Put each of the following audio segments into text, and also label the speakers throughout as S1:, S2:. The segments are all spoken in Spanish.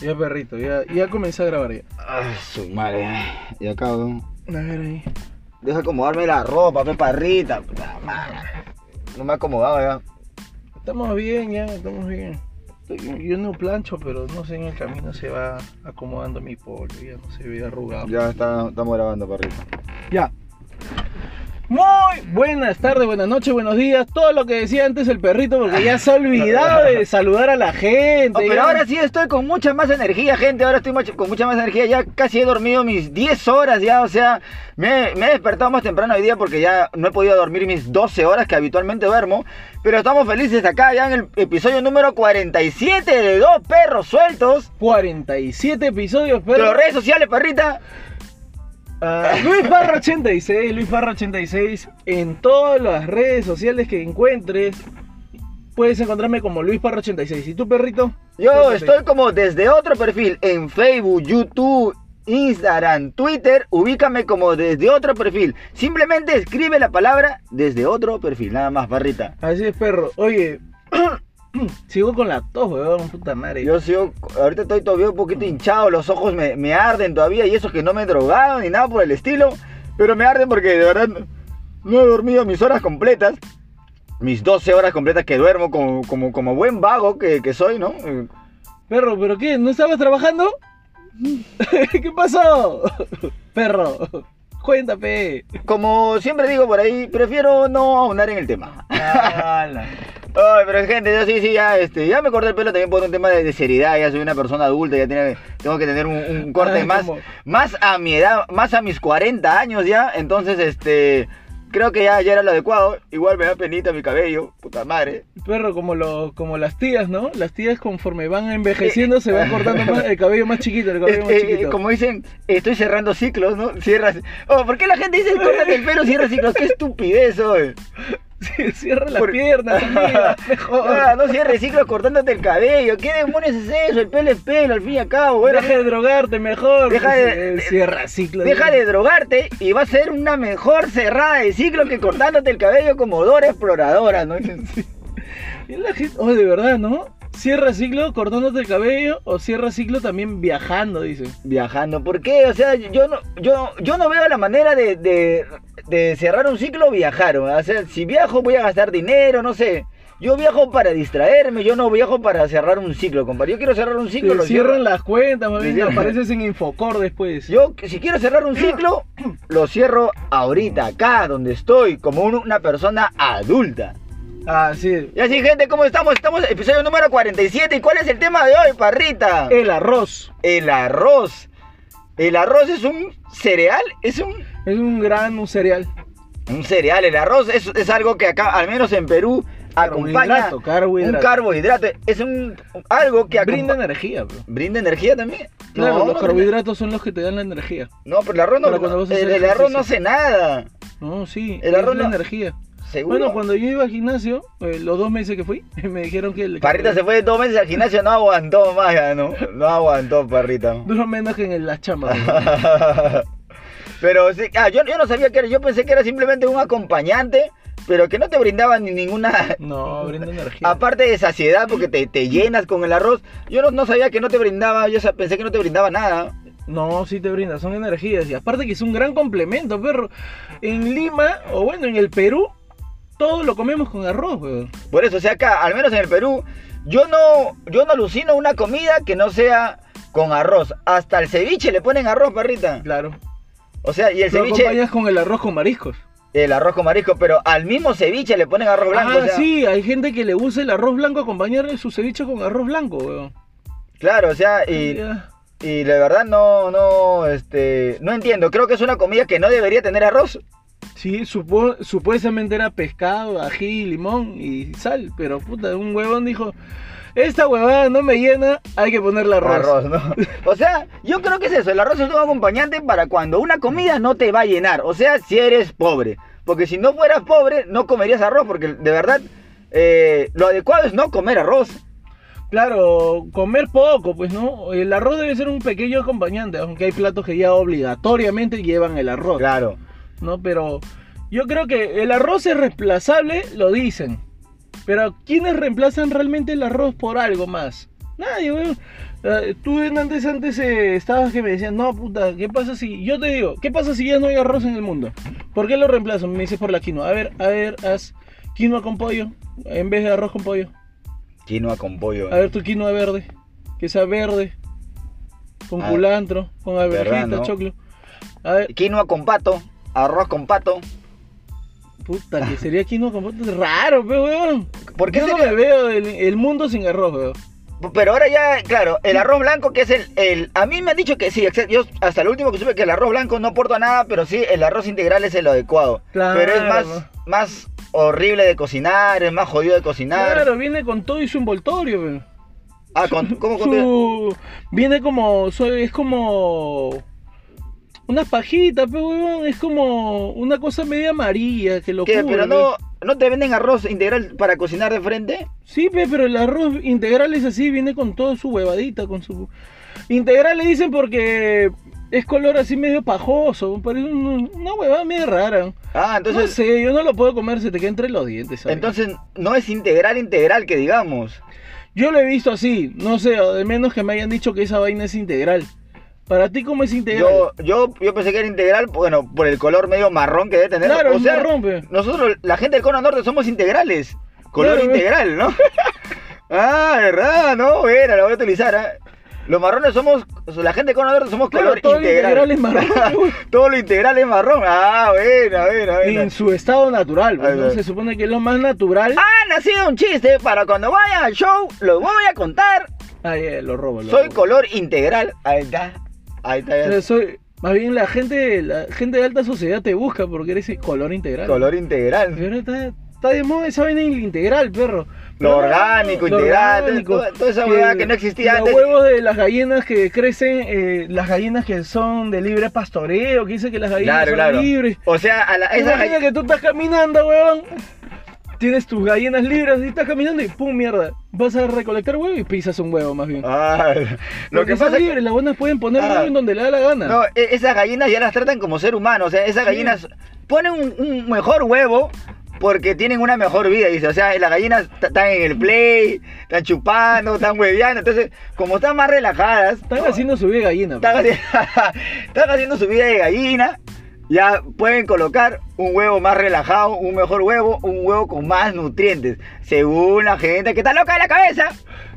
S1: Ya perrito, ya, ya comencé a grabar ya.
S2: Ay, su madre. Y acá, weón.
S1: A ver ahí.
S2: Deja acomodarme la ropa, pe parrita. Puta madre. No me he acomodado ya.
S1: Estamos bien ya, estamos bien. Yo, yo no plancho, pero no sé, en el camino se va acomodando mi pollo, ya no se ve arrugado.
S2: Ya está, estamos grabando, parrita.
S1: Ya. Muy buenas tardes, buenas noches, buenos días. Todo lo que decía antes el perrito, porque ya se ha olvidado de saludar a la gente.
S2: Oh, pero
S1: ya.
S2: ahora sí estoy con mucha más energía, gente. Ahora estoy mucho- con mucha más energía. Ya casi he dormido mis 10 horas ya. O sea, me, me he despertado más temprano hoy día porque ya no he podido dormir mis 12 horas que habitualmente duermo. Pero estamos felices acá ya en el episodio número 47 de Dos Perros Sueltos.
S1: 47 episodios,
S2: De
S1: pero.
S2: las redes sociales, parrita.
S1: Ah, Luis Barra 86, Luis Barra 86, en todas las redes sociales que encuentres, puedes encontrarme como Luis Barra 86. ¿Y tú, perrito?
S2: Yo
S1: Cuéntate.
S2: estoy como desde otro perfil en Facebook, YouTube, Instagram, Twitter. Ubícame como desde otro perfil. Simplemente escribe la palabra desde otro perfil, nada más, barrita.
S1: Así es, perro. Oye, sigo con la tos, weón, puta madre.
S2: Yo sigo, ahorita estoy todavía un poquito hinchado, los ojos me, me arden todavía y eso que no me he drogado ni nada por el estilo, pero me arden porque de verdad no, no he dormido mis horas completas, mis 12 horas completas que duermo como, como, como buen vago que, que soy, ¿no? Eh,
S1: Perro, ¿pero qué? ¿No estabas trabajando? ¿Qué pasó? Perro, cuéntame.
S2: Como siempre digo por ahí, prefiero no aunar en el tema.
S1: Ala.
S2: Ay, pero gente, yo sí, sí, ya, este, ya me corté el pelo también por un tema de, de seriedad, ya soy una persona adulta, ya tiene- tengo que tener un, un corte
S1: Ay,
S2: más,
S1: como-
S2: más a mi edad, más a mis 40 años ya, entonces, este, creo que ya, ya era lo adecuado, igual me da penita mi cabello, puta madre.
S1: Perro, como, lo, como las tías, ¿no? Las tías conforme van envejeciendo se va cortando más, el cabello más chiquito, el cabello más
S2: Eh, eh,
S1: chiquito.
S2: como dicen, estoy cerrando ciclos, ¿no? Cierras, oh, ¿por qué la gente dice córtate el pelo, cierra ciclos? ¡Qué estupidez, oye!
S1: Sí, Cierra las
S2: Por-
S1: piernas, amiga, mejor.
S2: Ah, no cierres ciclos cortándote el cabello, ¿qué demonios es eso? El pelo es pelo, al fin y al cabo, bueno.
S1: deja de drogarte, mejor.
S2: Deja de-
S1: Eh, Cierra ciclo.
S2: Deja de drogarte y va a ser una mejor cerrada de ciclo que cortándote el cabello como Dora Exploradora, ¿no?
S1: Y la gente- oh, de verdad, ¿no? Cierra ciclo cortándote el cabello o cierra ciclo también viajando, dicen.
S2: Viajando, ¿por qué? O sea, yo no, yo, yo no veo la manera de, de- de cerrar un ciclo o viajar. O sea, si viajo voy a gastar dinero, no sé. Yo viajo para distraerme, yo no viajo para cerrar un ciclo, compadre. Yo quiero cerrar un ciclo,
S1: Te
S2: lo cierro.
S1: cierran las cuentas, más
S2: Te
S1: bien
S2: cierran.
S1: apareces en Infocor después.
S2: Yo, si quiero cerrar un ciclo, lo cierro ahorita, acá, donde estoy, como un- una persona adulta.
S1: Así es.
S2: Y así, gente, ¿cómo estamos? Estamos en episodio número 47. ¿Y cuál es el tema de hoy, parrita? Eh,
S1: El arroz
S2: El arroz. El arroz es un cereal, es un,
S1: es un gran cereal.
S2: un cereal. El arroz es, es algo que acá, al menos en Perú, acompaña
S1: Carbohidrato, carbohidrato.
S2: un carbohidrato. Es un algo que acompa-
S1: Brinda energía, bro.
S2: brinda energía también.
S1: Claro,
S2: no,
S1: los
S2: no,
S1: carbohidratos son los que te dan la energía.
S2: No, pero el arroz no.
S1: Para cuando vas a hacer
S2: el, el arroz no
S1: ejercicio.
S2: hace nada.
S1: No, sí,
S2: El
S1: es
S2: arroz
S1: la
S2: no-
S1: energía.
S2: Seguro.
S1: Bueno, cuando yo iba al gimnasio, eh, los dos meses que fui, me dijeron que el
S2: Parrita se fue dos meses al gimnasio, no aguantó más, ya, ¿no? No aguantó, parrita.
S1: duró menos que en las chamas. bro.
S2: pero sí, ah, yo, yo no sabía que era, yo pensé que era simplemente un acompañante, pero que no te brindaba ni ninguna,
S1: No, brinda energía.
S2: aparte de saciedad, porque te, te llenas con el arroz. Yo no, no sabía que no te brindaba, yo sa- pensé que no te brindaba nada.
S1: No, sí te brinda, son energías. Y aparte que es un gran complemento, perro. En Lima, o bueno, en el Perú, todo lo comemos con arroz, weón.
S2: Por eso, o sea, acá, al menos en el Perú, yo no, yo no alucino una comida que no sea con arroz. Hasta el ceviche le ponen arroz, parrita.
S1: Claro.
S2: O sea, y el
S1: lo
S2: ceviche,
S1: acompañas con el arroz con mariscos.
S2: el arroz con marisco, pero al mismo ceviche le ponen arroz blanco.
S1: ah,
S2: o sea,
S1: sí, hay gente que le usa el arroz blanco acompañar su ceviche con arroz blanco, weón.
S2: Claro, o sea, y...
S1: Ya.
S2: Y la verdad no, no, este, no entiendo. Creo que es una comida que no debería tener arroz.
S1: Sí, supo- supuestamente era pescado, ají, limón y sal, pero puta, un huevón dijo, esta huevada no me llena, hay que ponerle arroz.
S2: Arroz, ¿no? O sea, yo creo que es eso. El arroz es un acompañante para cuando una comida no te va a llenar. O sea, si eres pobre. Porque si no fueras pobre, no comerías arroz. Porque de verdad, eh, lo adecuado es no comer arroz.
S1: Claro, comer poco, pues no. El arroz debe ser un pequeño acompañante, aunque hay platos que ya obligatoriamente llevan el arroz,
S2: Claro.
S1: ¿no? Pero yo creo que el arroz es reemplazable, lo dicen. Pero ¿quiénes reemplazan realmente el arroz por algo más? Nadie, weón. Eh, Tú en antes, antes eh, estabas que me decías, no puta, ¿qué pasa si.? Yo te digo, ¿qué pasa si ya no hay arroz en el mundo? ¿Por qué lo reemplazo? Me dices por la quinoa. A ver, a ver, haz quinoa con pollo en vez de arroz con pollo.
S2: Quinoa con pollo.
S1: A ver tu quinoa verde, que sea verde, con
S2: Ah,
S1: culantro, con aberjita,
S2: ¿no?
S1: choclo. A ver,
S2: Quinoa con pato. Arroz con pato.
S1: puta, que sería quinoa con pollo. Raro, pe, weón.
S2: ¿Por qué
S1: Yo no
S2: sería-
S1: me veo el, el mundo sin arroz, weón.
S2: Pero ahora ya, claro, el arroz blanco que es el, el- A mí me han dicho que sí, exce- yo hasta el último que supe que el arroz blanco no aporta nada, pero sí, el arroz integral es el adecuado.
S1: Claro.
S2: Pero es más, más horrible de cocinar, es más jodido de cocinar.
S1: Claro, viene con todo y su envoltorio, weón.
S2: Ah, con, ¿cómo con
S1: Su- Viene como. su- Es como. Una pajita, pe, weón. Es como una cosa media amarilla que lo
S2: ¿Qué?
S1: cubre,
S2: Pero
S1: pe.
S2: no, no te venden arroz integral para cocinar de frente.
S1: Sí, pe, pero el arroz integral es así, viene con toda su huevadita, con su... Integral le dicen porque es color así medio pajoso, parece un- una huevada medio rara.
S2: Ah,
S1: Entonces, no
S2: entonces,
S1: sé, yo no lo puedo comer, se te queda entre los dientes. ¿sabes?
S2: entonces no es integral integral que digamos.
S1: Yo lo he visto así, no sé, al menos que me hayan dicho que esa vaina es integral. Para ti, ¿cómo es integral?
S2: Yo, yo, yo pensé que era integral, bueno, por el color medio marrón que debe tener.
S1: Claro,
S2: o sea,
S1: marrón, pe.
S2: Nosotros, la gente del cono norte, somos integrales. Color
S1: Claro, pe.
S2: integral, ¿no? ah, verdad, no, era, lo voy a utilizar. ah. Los marrones somos, la gente del cono norte somos
S1: Claro,
S2: color
S1: todo lo integral
S2: integral.
S1: es marrón, güey.
S2: todo lo integral es marrón. Ah, buena, buena, buena.
S1: en su estado natural, pues,
S2: Ay,
S1: ¿no?
S2: ay.
S1: se supone que es lo más natural.
S2: Ha nacido un chiste para cuando vaya al show, lo voy a contar.
S1: Ay, ay, lo robo, lo
S2: Soy
S1: robo.
S2: color integral. Ahí está. Ahí está. ya.
S1: O sea, soy- más bien la gente, la gente de alta sociedad te busca porque eres el color integral.
S2: Color integral.
S1: Pero está, está de moda esa vaina del integral, perro.
S2: Lo
S1: Pero
S2: orgánico,
S1: lo
S2: integral, toda- toda esa huevada que no existía
S1: los
S2: antes.
S1: huevos de las gallinas que crecen, eh, las gallinas que son de libre pastoreo, que dicen que las gallinas
S2: Claro,
S1: son
S2: claro.
S1: libres.
S2: O sea, a la, esa
S1: Imagina que tú estás caminando, huevón. Tienes tus gallinas libres y estás caminando y pum, mierda. Vas a recolectar huevo y pisas un huevo más bien.
S2: Ah, lo que pasa es que
S1: libre, las buenas pueden poner
S2: Ah.
S1: huevo en donde le da la gana.
S2: no, e- esas gallinas ya las tratan como ser humanos. O sea, esas
S1: Sí.
S2: gallinas ponen un, un mejor huevo porque tienen una mejor vida. Dice, o sea, las gallinas t- están en el play, están chupando, están hueveando. Entonces, como están más relajadas,
S1: Están haciendo su vida de gallina.
S2: están,
S1: pe.
S2: haci- están haciendo su vida de gallina. Ya pueden colocar un huevo más relajado, un mejor huevo, un huevo con más nutrientes. Según la gente que está loca de la cabeza,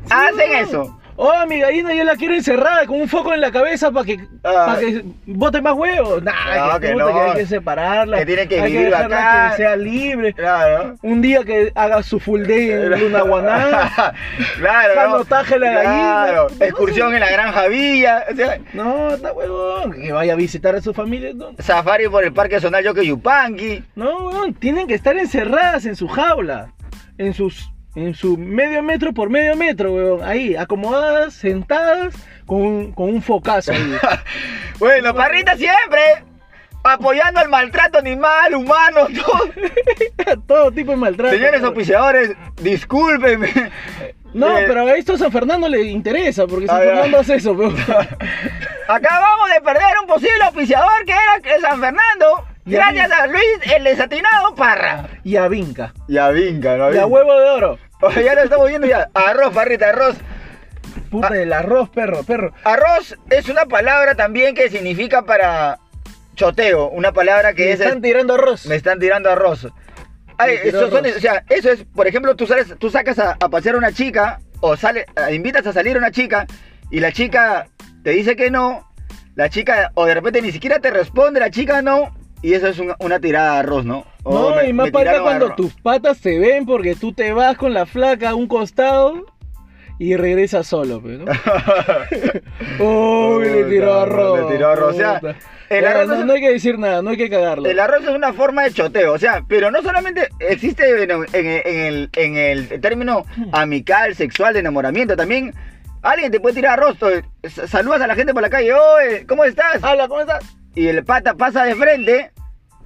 S2: hacen
S1: Sí,
S2: eso.
S1: huevón. Oh, mi gallina yo la quiero encerrada con un foco en la cabeza para que,
S2: Ah.
S1: pa' que bote más huevos. Nah,
S2: No,
S1: que,
S2: que
S1: puta,
S2: no.
S1: que hay que separarla.
S2: Que tiene que
S1: hay
S2: vivir
S1: que dejarla
S2: bacán.
S1: que sea libre.
S2: Claro.
S1: Un día que haga su full day en Luna Guaná.
S2: claro.
S1: Canotaje la gallina.
S2: Claro. Excursión en la granja villa. o sea,
S1: No, está huevón. Que vaya a visitar a su familia. No,
S2: safari por el parque zonal Yokoyupanqui.
S1: no huevón. Tienen que estar encerradas en su jaula. En sus. En su medio metro por medio metro, huevón. Ahí, acomodadas, sentadas, con, un- con un focazo ahí.
S2: Bueno, parrita siempre. Apoyando al maltrato animal, humano, todo.
S1: Todo tipo de maltrato.
S2: Señores
S1: huevón.
S2: auspiciadores, discúlpenme.
S1: No,
S2: Eh,
S1: pero a esto a San Fernando le interesa, porque San
S2: Ah, ya.
S1: Fernando hace eso, pero...
S2: Acabamos de perder un posible auspiciador que era que San Fernando.
S1: Y a mí.
S2: Gracias a Luis, el desatinado Parra.
S1: y a Vinca.
S2: Ya vinca, ¿no?
S1: Y a huevo de oro.
S2: Ya lo estamos viendo ya. Arroz, parrita, arroz.
S1: Puta,
S2: Ah.
S1: el arroz, perro, perro.
S2: Arroz es una palabra también que significa para choteo, una palabra que
S1: Me
S2: es
S1: están tirando arroz.
S2: me están tirando arroz. Ay,
S1: Me tiró
S2: eso, son-
S1: arroz.
S2: o sea, eso es, por ejemplo, tú sales, tú sacas a, a pasear a una chica o sale, a- invitas a salir a una chica y la chica te dice que no, la chica o de repente ni siquiera te responde, la chica no y eso es una, una tirada de arroz, ¿no? O
S1: No,
S2: oh, me-
S1: y
S2: me
S1: más para
S2: tiraron
S1: cuando
S2: arroz.
S1: tus patas se ven porque tú te vas con la flaca a un costado y regresas solo, pero. Uy, le tiró
S2: Puta,
S1: arroz.
S2: le tiró arroz, o sea,
S1: puta.
S2: el
S1: Ya,
S2: arroz
S1: no,
S2: es-
S1: no hay que decir nada, no hay que cagarlo.
S2: El arroz es una forma de choteo, o sea, pero no solamente existe en, en- en el, en el término
S1: Hmm.
S2: amical, sexual, de enamoramiento, también alguien te puede tirar arroz. o- sa- Saludas a la gente por la calle, oye, ¿cómo estás?
S1: Hola, ¿cómo estás?
S2: Y el pata pasa de frente,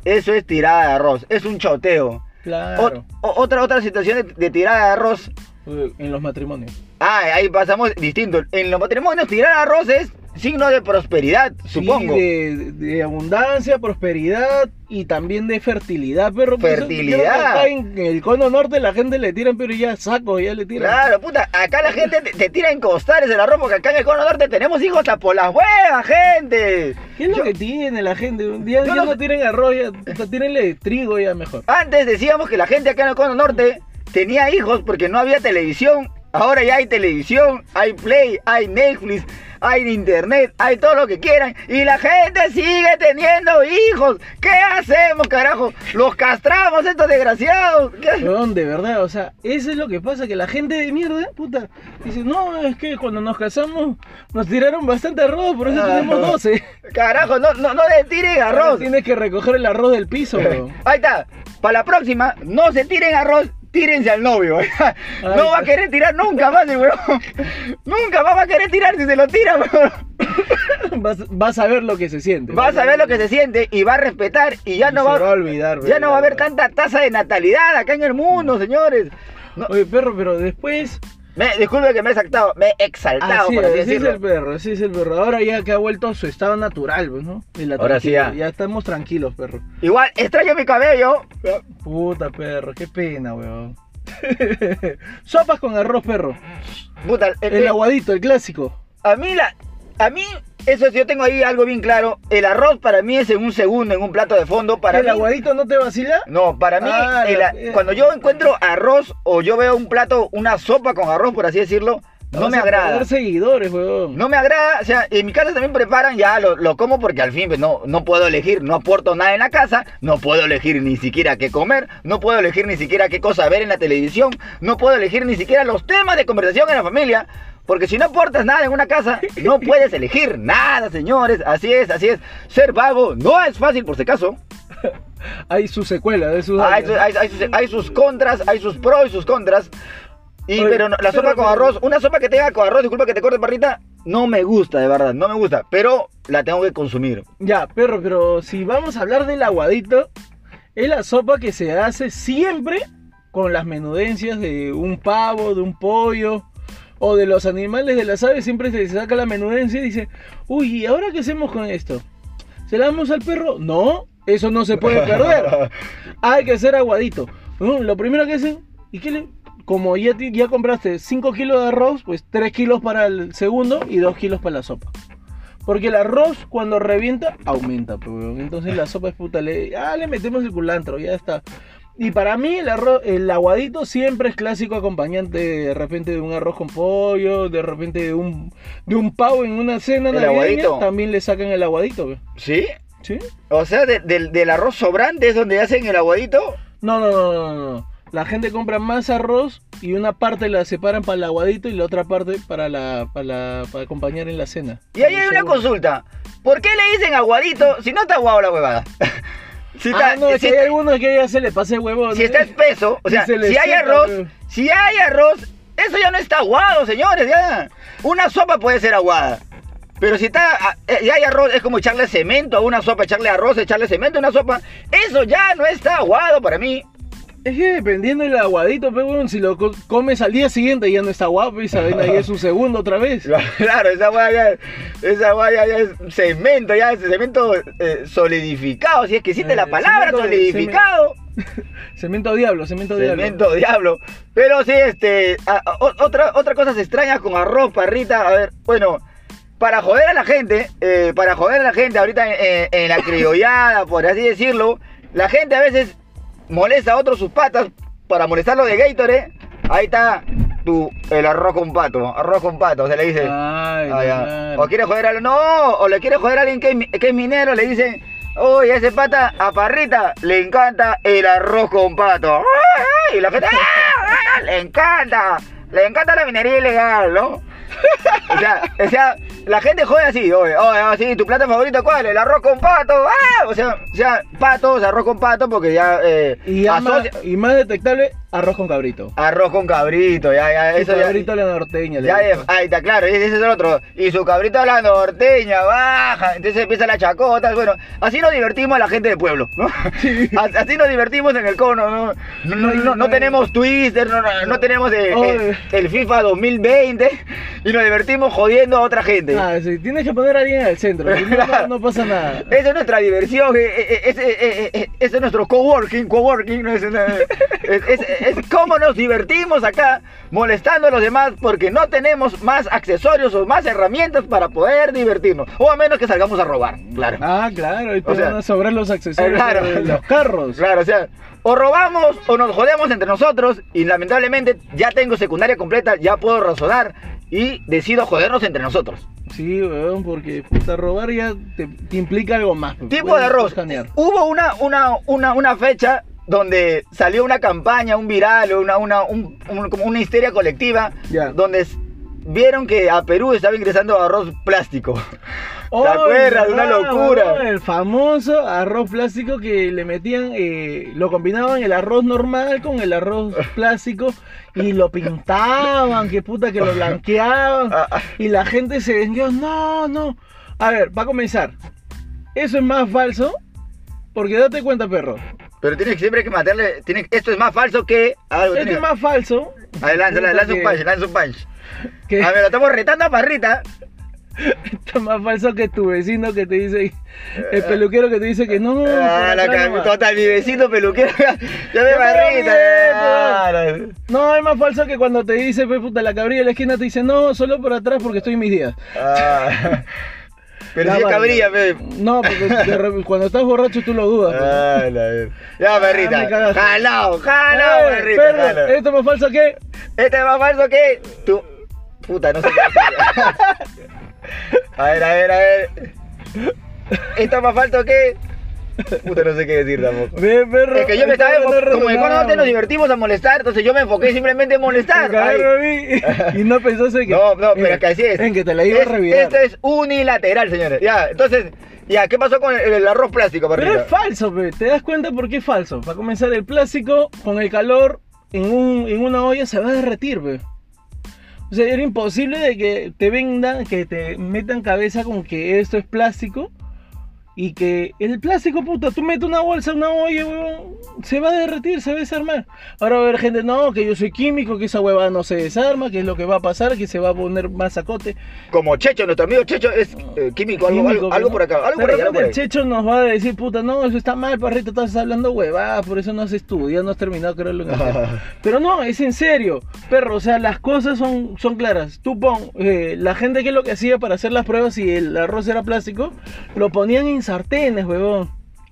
S2: eso es tirada de arroz, es un choteo.
S1: Claro.
S2: O- o- otra, otra situación de, de tirada de arroz,
S1: Uy, En los matrimonios.
S2: ah, ahí pasamos distinto. En los matrimonios tirar arroz es signo de prosperidad,
S1: Sí,
S2: supongo.
S1: de, de abundancia, prosperidad y también de fertilidad, perro. Por eso
S2: Fertilidad.
S1: creo que acá en el cono norte la gente le tiran, pero ya saco, ya le tiran.
S2: Claro, puta, acá la gente te, te tira en costales el arroz porque acá en el cono norte tenemos hijos a por las huevas, gente.
S1: ¿Qué es lo
S2: Yo-
S1: que tiene la gente? Un día
S2: Yo
S1: ya
S2: no
S1: no,
S2: sé.
S1: tienen arroz, ya, puta, tírenle trigo ya mejor.
S2: Antes decíamos que la gente acá en el cono norte tenía hijos porque no había televisión. Ahora ya hay televisión, hay Play, hay Netflix, hay internet, hay todo lo que quieran. Y la gente sigue teniendo hijos. ¿Qué hacemos, carajo? Los castramos estos desgraciados. ¿Qué?
S1: Weón, de verdad, o sea, eso es lo que pasa, que la gente de mierda, puta, dice, no, es que cuando nos casamos nos tiraron bastante arroz, por eso
S2: Ah,
S1: tenemos
S2: no.
S1: 12.
S2: Carajo, no, no, no le tiren
S1: Ahora
S2: arroz.
S1: Tienes que recoger el arroz del piso, weón.
S2: Ahí está. Para la próxima, no se tiren arroz, tírense al novio. No va a querer tirar nunca más, el huevón. Nunca más va a querer tirar si se lo tira, huevón.
S1: Vas, vas a ver lo que se siente.
S2: Vas a ver lo que se siente y va a respetar y ya
S1: Y
S2: no
S1: se
S2: va,
S1: va a olvidar,
S2: Ya
S1: weón,
S2: no va a
S1: la
S2: haber
S1: verdad.
S2: tanta tasa de natalidad acá en el mundo, señores. No,
S1: Oye, perro, pero después.
S2: me, disculpe que me he exaltado, me he exaltado,
S1: Así,
S2: por
S1: así
S2: así
S1: es
S2: decirlo.
S1: el perro, así es el perro. Ahora ya que ha vuelto a su estado natural, pues, ¿no? Y la
S2: Ahora sí
S1: tranquilidad. Ya
S2: ya.
S1: estamos tranquilos, perro.
S2: Igual, extraño mi cabello.
S1: Puta, perro, qué pena, weón. Sopas con arroz, perro.
S2: Puta, eh,
S1: El
S2: eh,
S1: aguadito, el clásico.
S2: A mí la. A mí, eso sí, yo tengo ahí algo bien claro. El arroz para mí es en un segundo, en un plato de fondo. Para
S1: ¿El
S2: mí,
S1: aguadito no te vacila?
S2: No, para mí,
S1: Ah,
S2: el a-
S1: la-
S2: cuando yo encuentro arroz o yo veo un plato, una sopa con arroz, por así decirlo, no
S1: Vas
S2: me
S1: a
S2: agrada.
S1: perder seguidores, weón.
S2: No me agrada, o sea, en mi casa también preparan, ya lo, lo como porque al fin pues, no, no puedo elegir, no aporto nada en la casa, no puedo elegir ni siquiera qué comer, no puedo elegir ni siquiera qué cosa ver en la televisión, no puedo elegir ni siquiera los temas de conversación en la familia, porque si no aportas nada en una casa, no puedes elegir nada, señores, así es, así es. Ser vago no es fácil, por si acaso.
S1: Hay su secuela, de sus.
S2: Hay, su- hay- hay sus, hay sus contras, hay sus pros y sus contras. Y,
S1: Oye,
S2: pero no- la sopa
S1: espérame.
S2: con arroz, una sopa que tenga con arroz, disculpa que te corte parrita, no me gusta, de verdad, no me gusta, pero la tengo que consumir.
S1: Ya, perro, pero si vamos a hablar del aguadito, es la sopa que se hace siempre con las menudencias de un pavo, de un pollo o de los animales de las aves. Siempre se saca la menudencia y dice, uy, ¿y ahora qué hacemos con esto? ¿Se la damos al perro? No, eso no se puede perder. Hay que hacer aguadito. Mm, Lo primero que hacen, ¿y qué le.? Como ya, ti- ya compraste 5 kilos de arroz, pues 3 kilos para el segundo y 2 kilos para la sopa. Porque el arroz cuando revienta aumenta, pues, weón. Entonces la sopa es puta. Le, ah, le metemos el culantro, ya está. Y para mí el arroz, el aguadito siempre es clásico acompañante de repente de un arroz con pollo, de repente de un, de un pavo en una cena
S2: ¿El
S1: navideña,
S2: aguadito?
S1: también le sacan el aguadito, weón.
S2: ¿Sí?
S1: ¿Sí?
S2: O sea, de- del- del arroz sobrante es donde hacen el aguadito.
S1: No, no, no, no, no, no. La gente compra más arroz y una parte la separan para el aguadito y la otra parte para la para, la- para acompañar en la cena.
S2: Y ahí hay una consulta. ¿Por qué le dicen aguadito si no está aguado la huevada? si
S1: Ah, no, es
S2: si
S1: que hay
S2: está-
S1: algunos que ya se le pase huevo.
S2: si está espeso, o sea,
S1: se le
S2: si hay
S1: seca,
S2: arroz,
S1: pero-
S2: si hay arroz, eso ya no está aguado, señores, ya. Una sopa puede ser aguada. Pero si está, ah, eh, si hay arroz, es como echarle cemento a una sopa, echarle arroz, echarle cemento a una sopa. Eso ya no está aguado para mí.
S1: Es que dependiendo del aguadito, pero si lo co- comes al día siguiente ya no está guapo y saben ahí es un segundo otra vez.
S2: Claro, esa agua ya, esa hueá ya, ya es cemento, ya es cemento eh, solidificado. Si es que existe
S1: Eh,
S2: la palabra
S1: cemento-
S2: solidificado.
S1: Cemento diablo, cemento diablo.
S2: Cemento diablo. Pero sí, este. a- a- o- otra, otra cosa extraña con arroz, parrita. A ver, bueno. Para joder a la gente, eh, para joder a la gente ahorita en, en- en la criollada, por así decirlo, la gente a veces molesta a otros sus patas para molestarlo de Gatorade. Ahí está tu, el arroz con pato, arroz con pato, se le dice.
S1: Ay,
S2: Ah, ya.
S1: claro.
S2: O quiere joder a no, o le quiere joder a alguien que es, mi- que es minero, le dicen, oye, ese pata a parrita le encanta el arroz con pato. ¡Ah, ah! Y la gente, ¡ah, ah! le encanta, le encanta la minería ilegal, ¿no? O sea, o sea, la gente jode así, oye, oye, así, ¿tu plato favorito cuál? El arroz con pato, ¡ah! O sea, o sea, patos, arroz con pato, porque ya eh,
S1: Y, ya más,
S2: asocia-
S1: y más detectable, Arroz con cabrito.
S2: Arroz con cabrito, ya, ya,
S1: Su
S2: eso ya.
S1: cabrito a la norteña. le
S2: Ya,
S1: digo.
S2: ya, ahí está, claro, ese es el otro. Y su cabrito a la norteña, baja. Entonces empieza la chacota. Bueno, así nos divertimos a la gente del pueblo, ¿no?
S1: Sí.
S2: A- Así nos divertimos en el cono, ¿no? No, no, no, no tenemos Twister, no, no, no tenemos eh, eh, el, FIFA 2020 y nos divertimos jodiendo a otra gente.
S1: Ah, sí, tienes que poner a alguien al centro. si no, no, no pasa nada.
S2: Esa es nuestra diversión, eh, eh, eh, ese eh, eh, ese es nuestro coworking, coworking, no es, una- es, es, es cómo nos divertimos acá molestando a los demás porque no tenemos más accesorios o más herramientas para poder divertirnos, o a menos que salgamos a robar, claro.
S1: Ah, claro, ahí te
S2: O sea,
S1: van a sobrar los accesorios
S2: claro.
S1: de los carros.
S2: Claro, o sea, o robamos o nos jodemos entre nosotros y lamentablemente ya tengo secundaria completa, ya puedo razonar y decido jodernos entre nosotros.
S1: Sí, weón, porque puta, robar ya te, te implica algo más. pues,
S2: Tipo
S1: puedes
S2: de arroz.
S1: escanear.
S2: Hubo una, una, una, una fecha donde salió una campaña, un viral, una, una, un- un- como una histeria colectiva,
S1: Ya.
S2: donde s- vieron que a Perú estaba ingresando arroz plástico.
S1: Oh,
S2: acuerdas? Una
S1: verdad,
S2: locura.
S1: weón, el famoso arroz plástico que le metían, eh, lo combinaban el arroz normal con el arroz plástico y lo pintaban, que puta, que lo blanqueaban.
S2: Ah, ah.
S1: Y la gente se vendió, no, no. A ver, para comenzar, eso es más falso, porque date cuenta, perro.
S2: Pero tienes que siempre hay que matarle. tiene- esto es más falso que.
S1: Esto
S2: algo, tiene-
S1: es más falso.
S2: Adelante,
S1: puta,
S2: lanza un
S1: que-
S2: punch, lanza un punch.
S1: que-
S2: A ver, lo estamos retando a Parrita.
S1: Está más falso que tu vecino que te dice, el peluquero que te dice que no. por
S2: Eh, Ah, la
S1: Uh, acá
S2: ca-
S1: nomás.
S2: total, mi vecino peluquero. ya me
S1: me
S2: Parrita. Ah,
S1: olvidé,
S2: claro.
S1: No, es más falso que cuando te dice, pues puta, la cabrilla de la esquina te dice, no, solo por atrás porque estoy en mis días.
S2: Ah. Pero
S1: La
S2: si es
S1: vaina.
S2: cabrilla, pe.
S1: No, porque de re- cuando estás borracho tú lo dudas. pues.
S2: Ah, la ver- Ya,
S1: me
S2: perrita.
S1: cagaste.
S2: Jalao,
S1: Eh,
S2: jalao, perrita.
S1: perro, eh.
S2: jalao.
S1: esto es más falso que...
S2: Este es más falso que tú. Puta, no sé qué decir. A ver, a ver, a ver. Esto es más falso que. Puta, no sé qué decir tampoco.
S1: Ve, perro.
S2: Es que yo me estaba.
S1: ahí está,
S2: enfo- Como en
S1: no
S2: Econo
S1: resonaba.
S2: te nos divertimos a molestar, entonces yo me enfoqué simplemente en molestar.
S1: Me
S2: Ahí.
S1: cagaron a mí, y no pensaste que.
S2: No, no, pero
S1: Mira,
S2: es que así es.
S1: En que te la iba
S2: Es-
S1: a revidar.
S2: Esto es unilateral, señores. Ya, entonces, ya, ¿qué pasó con el, el arroz plástico,
S1: Pero
S2: perrita?
S1: es falso, pe. ¿te das cuenta por qué es falso? Para comenzar, el plástico con el calor en, un- en una olla se va a derretir, pe. O sea, era imposible de que te vendan, que te metan cabeza con que esto es plástico y que el plástico, puta, tú metes una bolsa, en una olla, huevón, se va a derretir, se va a desarmar. Ahora va a haber gente, no, que yo soy químico, que esa hueva no se desarma, que es lo que va a pasar, que se va a poner más sacote.
S2: Como Checho, nuestro amigo Checho es eh, químico, algo,
S1: Químico, pero
S2: algo, algo
S1: no.
S2: por acá, algo
S1: De
S2: por allá, algo
S1: repente
S2: por
S1: el
S2: ahí.
S1: Checho nos va a decir, puta, no, eso está mal, parrito, estás hablando huevadas, por eso no has estudiado, no has terminado, creo lo que sea. Pero no, es en serio, perro, o sea, las cosas son, son claras. Tú pon, eh, la gente que lo que hacía para hacer las pruebas si el arroz era plástico, lo ponían en sartenes, huevón.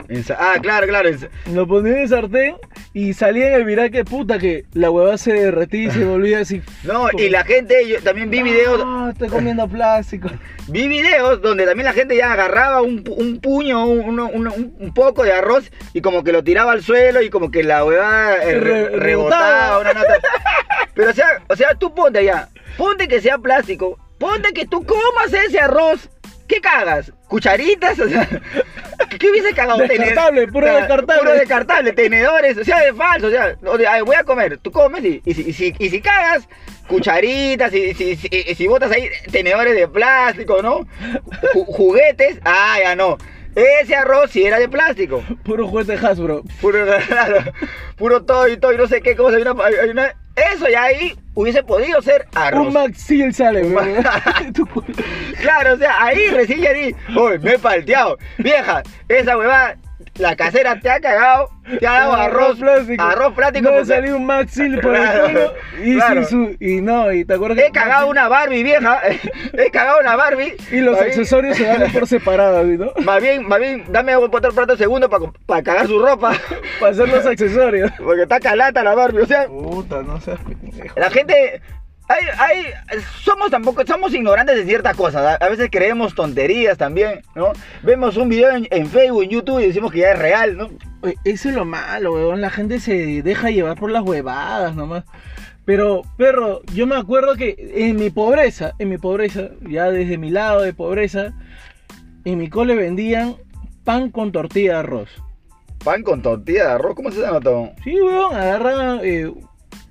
S2: Ensa- Ah, claro, claro. ens-
S1: Lo ponían en sartén y salía en el viral que puta que la huevada se derretía y se volvía así.
S2: No, y la gente, yo también vi videos,
S1: Ah, estoy comiendo plástico.
S2: vi videos donde también la gente ya agarraba un, pu- un puño, un, un- un- un poco de arroz y como que lo tiraba al suelo y como que la huevada eh, re-
S1: Re-
S2: rebotaba
S1: rebotaba.
S2: una nota. Pero o sea, o sea, tú ponte ya, ponte que sea plástico, ponte que tú comas ese arroz, ¿qué cagas? ¿Cucharitas? O sea, ¿qué hubiese cagado? Tene-
S1: Descartable, puro
S2: o sea,
S1: descartable.
S2: Puro descartable, tenedores, o sea, es falso, o sea, o sea, ay, voy a comer, tú comes y, y si, y si- y si cagas, cucharitas, y si, si- y si botas ahí tenedores de plástico, ¿no? Ju- juguetes, ah, ya no. Ese arroz sí era de plástico.
S1: Puro juguete Hasbro.
S2: Puro, claro, puro toy, toy, no sé qué cosa. Hay una, hay- hay una- eso ya ahí hubiese podido ser arroz.
S1: Un Maxil sale,
S2: Un
S1: huevón.
S2: Max-
S1: Tu culo.
S2: Claro, o sea, ahí recién ya di, uy, me he palteado. Vieja, esa huevada, la casera te ha cagado, te ha dado Ah, arroz, arroz plástico.
S1: No
S2: porque
S1: salió un maxil por
S2: Claro,
S1: el culo y,
S2: claro.
S1: sin su- y no, y te acuerdas
S2: He cagado una Barbie, vieja, he cagado una Barbie.
S1: Y los
S2: Más bien-
S1: accesorios se dan por separado, ¿sí, ¿no?
S2: Más bien, más bien, dame otro plato de segundo para cagar su ropa,
S1: Para hacer los accesorios.
S2: porque está calata la Barbie, o sea,
S1: Puta, no seas pendejo.
S2: La gente. Hay, hay, somos tampoco, somos ignorantes de ciertas cosas. A, a veces creemos tonterías también, ¿no? Vemos un video en, en Facebook, en YouTube y decimos que ya es real, ¿no?
S1: Oye, Eso es lo malo, weón. La gente se deja llevar por las huevadas nomás. Pero, perro, yo me acuerdo que en mi pobreza, en mi pobreza, ya desde mi lado de pobreza, en mi cole vendían pan con tortilla de arroz.
S2: Pan con tortilla de arroz, ¿cómo se llama todo?
S1: Sí, weón, agarraban eh,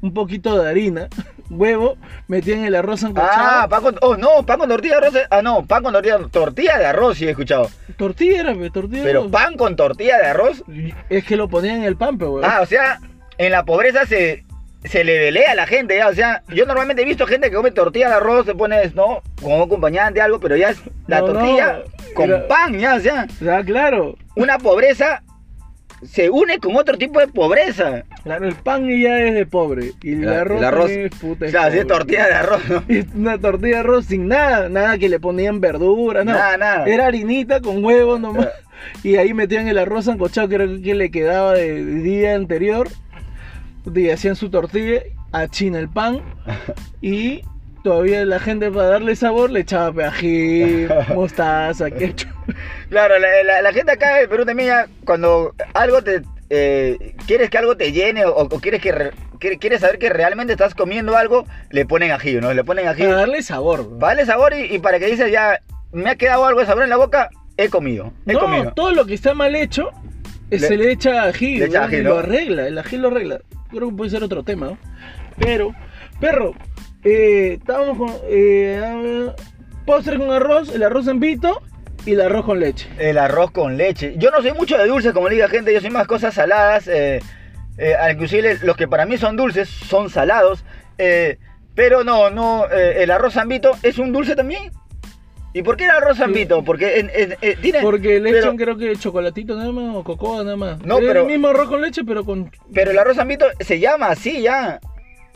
S1: un poquito de harina, huevo, metía en el arroz sancochado.
S2: Ah, pan con, oh no, pan con tortilla de arroz. Ah, no, pan con tortilla, tortilla de arroz, sí he escuchado.
S1: tortilla era, pe, tortilla.
S2: Pero
S1: pan.
S2: pan con tortilla de arroz.
S1: Es que lo ponían en el pan, pero
S2: Ah, o sea, en la pobreza se, se le velea a la gente, ya. O sea, yo normalmente he visto gente que come tortilla de arroz, se pone, ¿no? Como acompañante de algo, pero ya es la
S1: No, no,
S2: tortilla con
S1: era-
S2: pan, ya. O sea,
S1: Ah, claro.
S2: una pobreza se une con otro tipo de pobreza.
S1: Claro, el pan ya es de pobre. Y el
S2: Claro,
S1: arroz,
S2: el arroz.
S1: también es puta.
S2: O
S1: es
S2: sea, así es
S1: pobre.
S2: tortilla de arroz, ¿no?
S1: Y Una tortilla de arroz sin nada, nada que le ponían verdura, nada.
S2: Nada, nada.
S1: Era harinita con huevo nomás. Y ahí metían el arroz sancochado, que era el que le quedaba del día anterior. Y hacían su tortilla, achina el pan. Y todavía la gente para darle sabor le echaba pe, ají, mostaza, ketchup.
S2: Claro, la, la- la gente acá de Perú también ya, cuando algo te... eh, quieres que algo te llene o, o quieres que re- quiere- quieres saber que realmente estás comiendo algo, le ponen ají, ¿no? Le ponen ají.
S1: Para darle sabor. ¿no?
S2: Para darle sabor y, y para que dices ya, me ha quedado algo de sabor en la boca, he comido, he
S1: No,
S2: comido.
S1: todo lo que está mal hecho eh,
S2: Le-
S1: se le echa ají,
S2: le echa
S1: ¿no?
S2: ají,
S1: y
S2: ¿no?
S1: lo arregla, el ají lo arregla. Creo que puede ser otro tema, ¿no? Pero, perro, eh, estábamos con eh, ah, postre con arroz, el arroz en pito y el arroz con leche.
S2: El arroz con leche. Yo no soy mucho de dulces, como le diga gente, yo soy más cosas saladas. eh, eh, inclusive los que para mí son dulces son salados. eh, pero no, no, eh, el arroz zambito es un dulce también. ¿Y por qué el arroz zambito? Porque en- en- eh, tiene...
S1: Porque le
S2: pero-
S1: echan creo que chocolatito nada más o cocoa nada más.
S2: No,
S1: Es
S2: pero-
S1: el mismo arroz con leche pero con
S2: Pero el arroz zambito se llama así ya.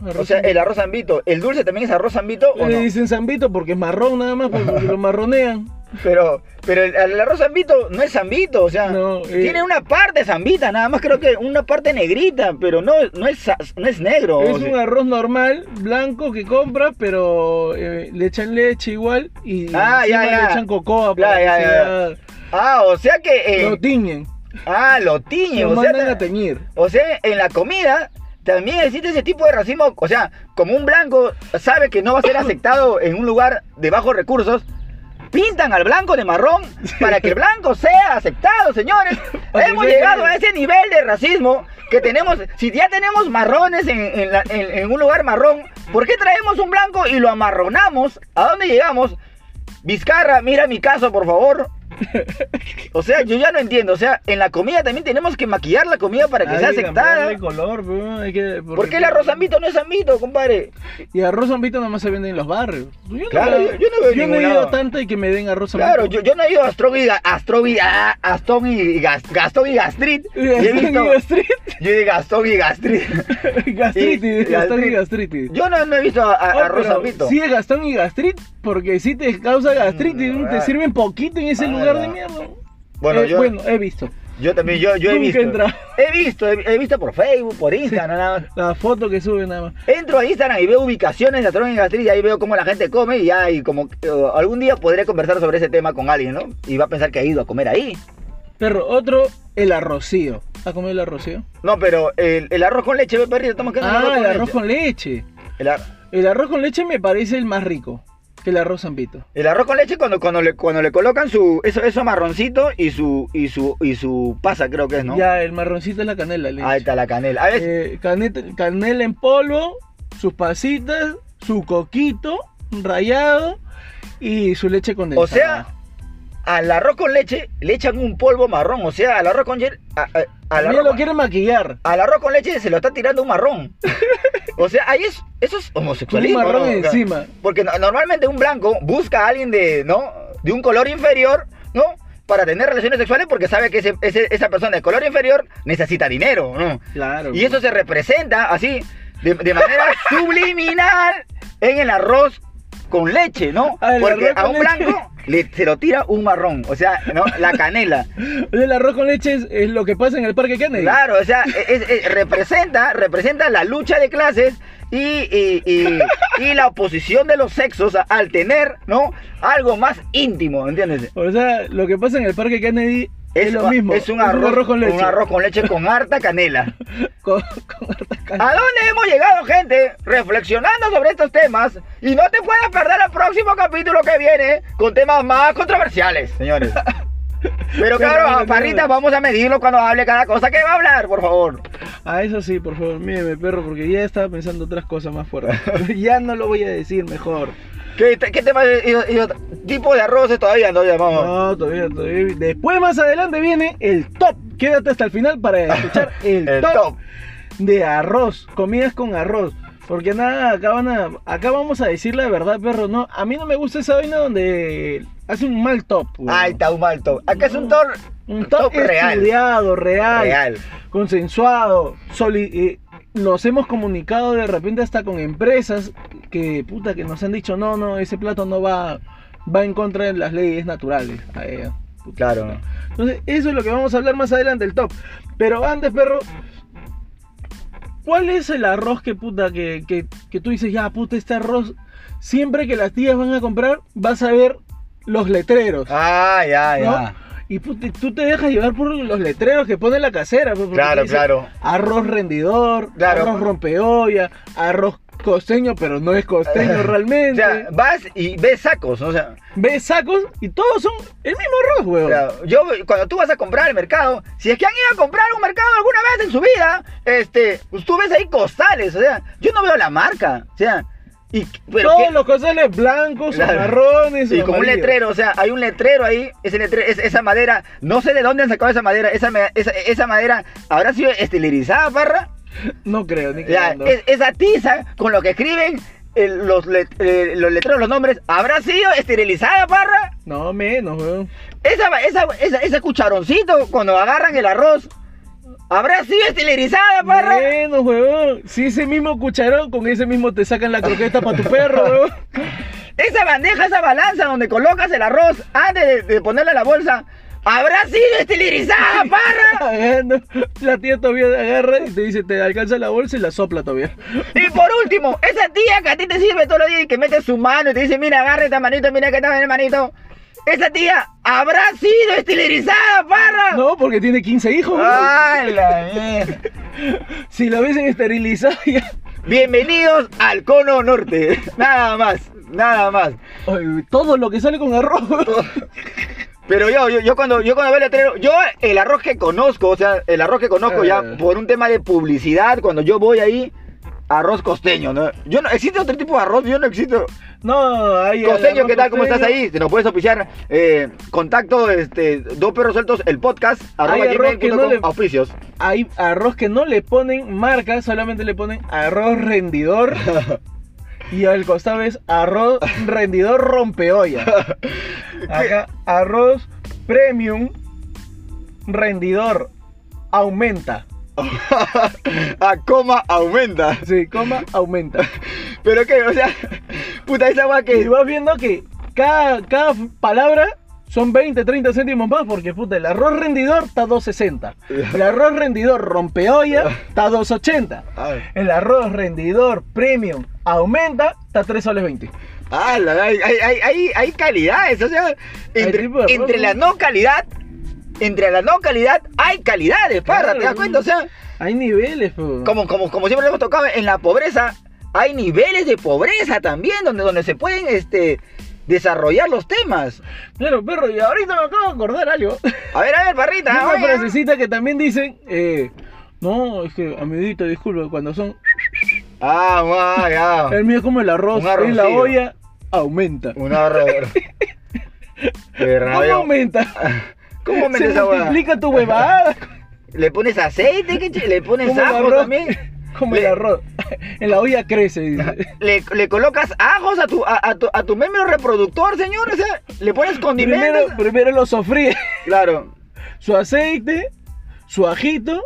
S1: arroz. Eh,
S2: O sea,
S1: en-
S2: el arroz zambito. ¿El dulce también es arroz zambito o
S1: le
S2: no?
S1: dicen zambito porque es marrón nada más, porque lo marronean.
S2: Pero, pero el, el arroz zambito no es zambito, o sea,
S1: No, eh.
S2: tiene una parte zambita, nada más creo que una parte negrita, pero no, no, es, za- no es negro. o
S1: Es
S2: sea.
S1: un arroz normal, blanco, que compras, pero eh, le echan leche igual y
S2: Ah, ya,
S1: encima
S2: ya.
S1: le echan cocoa
S2: Ya,
S1: para
S2: ya,
S1: que
S2: ya.
S1: sea-
S2: Ah, o sea que... eh,
S1: lo tiñen,
S2: ah, lo tiñe,
S1: lo
S2: o sea,
S1: mandan a
S2: ta-
S1: teñir.
S2: o sea, en la comida también existe ese tipo de racismo, o sea, como un blanco sabe que no va a ser aceptado en un lugar de bajos recursos, pintan al blanco de marrón para que el blanco sea aceptado, señores.
S1: Para que
S2: Hemos
S1: sea-
S2: llegado a ese nivel de racismo que tenemos. Si ya tenemos marrones en, en la- en- en un lugar marrón, ¿por qué traemos un blanco y lo amarronamos? ¿A dónde llegamos? Vizcarra, mira mi caso, por favor. O sea, yo ya no entiendo. O sea, en la comida también tenemos que maquillar la comida para que sea
S1: Hay
S2: aceptada.
S1: cambiarle color, pe, hay que- porque-
S2: ¿Por qué el arroz ambito no es ambito, compadre?
S1: Y arroz zambito nomás se vende en los barrios. Yo no,
S2: Claro,
S1: veo-
S2: yo- yo no veo en
S1: yo no
S2: ningún
S1: he ido
S2: lado.
S1: tanto y que me den arroz zambito.
S2: Claro, yo, yo no he ido a Astrón y, Ga- Astrón y, ah, Astón y Gas- Gastón y Gastrit. Y he visto,
S1: Gastritis,
S2: yo de Gastón y Gastrit.
S1: gastritis,
S2: Y-
S1: Gastón y
S2: gastritis.
S1: gastritis.
S2: Yo no, no he visto a, a-
S1: Ah,
S2: arroz
S1: pero
S2: ambito.
S1: Sí, es Gastón y gastritis, porque sí te causa gastritis,
S2: Mm,
S1: te
S2: ah.
S1: sirven poquito en ese
S2: Ah,
S1: lugar de
S2: ya.
S1: mierda.
S2: Bueno,
S1: Eh,
S2: yo,
S1: bueno, he visto.
S2: yo también, yo, yo
S1: Nunca
S2: he
S1: he
S2: visto.
S1: entrado.
S2: He visto, he, he visto por Facebook, por Instagram, nada más.
S1: La foto que sube nada más.
S2: Entro a Instagram y veo ubicaciones de Astrón y Gastrit y ahí veo cómo la gente come y ya, y como eh, algún día podré conversar sobre ese tema con alguien, ¿no? Y va a pensar que ha ido a comer ahí.
S1: Perro, otro, el arrocío. ¿Has comido el arrocío?
S2: No, pero el, el arroz con leche, ve, perrito, estamos quedando
S1: Ah, el arroz con leche.
S2: El ar-
S1: El arroz con leche me parece el más rico que el arroz zambito.
S2: El arroz con leche cuando, cuando, le, cuando le colocan su eso, eso marroncito y su y su y su pasa creo que es, ¿no?
S1: Ya, el marroncito es la canela, leche.
S2: Ahí está la canela. A ver,
S1: Eh, canet- canela en polvo, sus pasitas, su coquito rayado y su leche condensada.
S2: o sea, al arroz con leche le echan un polvo marrón, o sea, al arroz con leche al,
S1: también
S2: arroz,
S1: lo quieren maquillar.
S2: al arroz con leche se lo está tirando un marrón. o sea, ahí es eso es
S1: Un
S2: homosexualismo.
S1: marrón
S2: ¿no?
S1: encima.
S2: Porque no- normalmente un blanco busca a alguien de, ¿no? De un color inferior, ¿no? Para tener relaciones sexuales porque sabe que ese- ese- esa persona de color inferior necesita dinero, ¿no?
S1: Claro.
S2: Y eso se representa así, de, de manera subliminal, en el arroz con leche, ¿no?
S1: Ah, el
S2: Porque
S1: arroz
S2: a
S1: con
S2: un
S1: leche.
S2: blanco le, se lo tira un marrón, o sea, ¿no? la canela.
S1: El arroz con leche es, es lo que pasa en el Parque Kennedy.
S2: Claro, o sea, es- es- representa, representa la lucha de clases y, y- y- y la oposición de los sexos a- al tener, ¿no? Algo más íntimo, ¿entiendes?
S1: O sea, lo que pasa en el Parque Kennedy es, lo mismo.
S2: Es un arroz,
S1: con leche.
S2: Un arroz con leche con harta canela.
S1: Con- con harta cal-
S2: ¿A dónde hemos llegado, gente? Reflexionando sobre estos temas. Y no te puedas perder el próximo capítulo que viene con temas más controversiales, señores. Pero cabrón, parrita, vamos a medirlo cuando hable cada cosa que va a hablar, por favor.
S1: A Ah, eso sí, por favor, míreme, perro, porque ya estaba pensando otras cosas más fuertes. ya no lo voy a decir mejor.
S2: ¿Qué, te- qué tema? Y, y- tipo de arroces todavía no llamamos.
S1: No, todavía, todavía. Después, más adelante, viene el top. Quédate hasta el final para escuchar el,
S2: El
S1: top,
S2: top.
S1: de arroz. Comidas con arroz. Porque nada, acá, van a, acá vamos a decir la verdad, perro. No, a mí no me gusta esa vaina donde hace un mal top. weón.
S2: Ay, está un mal top. Acá es un top,
S1: un top,
S2: real.
S1: estudiado, real,
S2: Real.
S1: consensuado. soli- eh, nos hemos comunicado de repente hasta con empresas que, puta, que nos han dicho, no, no, ese plato no va, va en contra de las leyes naturales. Ah, Ay, ya.
S2: Claro.
S1: Entonces, eso es lo que vamos a hablar más adelante, el top. Pero antes, perro, ¿cuál es el arroz que puta que, que- que tú dices, ya puta, este arroz, siempre que las tías van a comprar, vas a ver los letreros?
S2: Ah, ya,
S1: ¿no?
S2: ya.
S1: Y puta, tú te dejas llevar por los letreros que pone la casera. pues, porque
S2: Claro,
S1: dice,
S2: claro.
S1: Arroz rendidor,
S2: Claro.
S1: arroz rompeolla, arroz costeño, pero no es costeño
S2: O
S1: realmente.
S2: sea, vas y ves sacos, ¿no? o sea,
S1: Ves sacos y todos son el mismo arroz,
S2: o
S1: weón.
S2: sea, yo cuando tú vas a comprar al mercado, si es que han ido a comprar un mercado alguna vez en su vida, este, pues tú ves ahí costales, o sea, yo no veo la marca, o sea, y pero
S1: Todos
S2: qué-
S1: los costales blancos, o
S2: Claro.
S1: marrones, o
S2: Y como un
S1: amarillos.
S2: letrero, o sea, hay un letrero ahí, ese letre- es- esa madera, no sé de dónde han sacado esa madera, esa, ma- esa, esa madera habrá sido estilirizada, parra.
S1: No creo, ni
S2: Ya,
S1: cagando.
S2: es- esa tiza con lo que escriben eh, los, let- eh, los letreros, los nombres, habrá sido esterilizada, parra.
S1: No, menos, weón.
S2: Esa, ma- esa, esa, ese cucharoncito cuando agarran el arroz, habrá sido esterilizada, parra.
S1: Menos, weón. Si ese mismo cucharón, con ese mismo te sacan la croqueta para tu perro, weón.
S2: Esa bandeja, esa balanza donde colocas el arroz antes de, de ponerle a la bolsa, habrá sido esterilizada, parra.
S1: Cagando. La tía todavía agarra y te dice, te alcanza la bolsa y la sopla todavía.
S2: Y por último, esa tía que a ti te sirve todos los días y que mete su mano y te dice, mira, agarra esta manito, mira que está bien, manito. Esa tía habrá sido estilerizada, parra.
S1: No, porque tiene 15 hijos, weón.
S2: ¡Ay, la mierda!
S1: Si la hubiesen esterilizado ya.
S2: Bienvenidos al Cono Norte. Nada más, nada más.
S1: Ay, todo lo que sale con arroz, weón.
S2: Pero yo, yo, yo cuando yo cuando veo el letrero, yo el arroz que conozco, o sea, el arroz que conozco
S1: Eh.
S2: ya por un tema de publicidad, cuando yo voy ahí, arroz costeño, ¿no? Yo no, existe otro tipo de arroz, yo no existo.
S1: No, ahí. al
S2: Costeño,
S1: arroz
S2: ¿qué tal? ¿Cómo estás
S1: costeño.
S2: ahí? Te nos puedes oficiar. Eh, contacto, este, dos perros sueltos, el podcast, arroba
S1: Hay arroz que no le-
S2: gmail.com, auspicios.
S1: Hay arroz que no le ponen marca, solamente le ponen arroz rendidor. Y al costado es arroz rendidor rompeolla. Acá, arroz premium rendidor aumenta.
S2: A coma aumenta.
S1: Sí, coma, aumenta.
S2: Pero qué, o sea, puta esa agua
S1: Y
S2: que.
S1: vas viendo que cada, cada palabra son 20, 30 céntimos más, porque puta, el arroz rendidor está 2.60. El arroz rendidor rompeolla está 2.80.
S2: Ay,
S1: El arroz rendidor premium aumenta está 3 soles 20.
S2: ala, hay, hay, hay, hay- hay calidades, o sea, entre,
S1: tipo de arroz,
S2: entre
S1: ¿no?
S2: la no calidad, entre la no calidad, hay calidades, parra, ¿te das cuenta? O sea,
S1: Hay niveles, po.
S2: como, como, como siempre lo hemos tocado, en la pobreza hay niveles de pobreza también, donde, donde se pueden este, desarrollar los temas.
S1: Claro, perro, y ahorita me acabo de acordar algo.
S2: A ver, a ver, parrita.
S1: Hay
S2: oye.
S1: una frasecita que también dicen, eh, no, es que, amiguito, disculpa, cuando son,
S2: Ah, guau, ya.
S1: el mío es como el arroz,
S2: Un
S1: en la
S2: arrocillo.
S1: olla, aumenta.
S2: Un horror. Qué
S1: ¿Cómo
S2: rabia.
S1: aumenta?
S2: ¿Cómo me
S1: Se
S2: esa hueá?
S1: multiplica tu huevada.
S2: ¿Le pones aceite? ¿Qué ch- ¿Le pones
S1: Como el
S2: ajos
S1: arroz.
S2: también?
S1: Como el
S2: Le-
S1: arroz. En la olla crece, dice.
S2: ¿Le, le colocas ajos a tu, a, a tu, a tu meme reproductor, señor? O sea, ¿le pones condimentos?
S1: Primero, pues. primero lo sofríe.
S2: Claro.
S1: Su aceite, su ajito.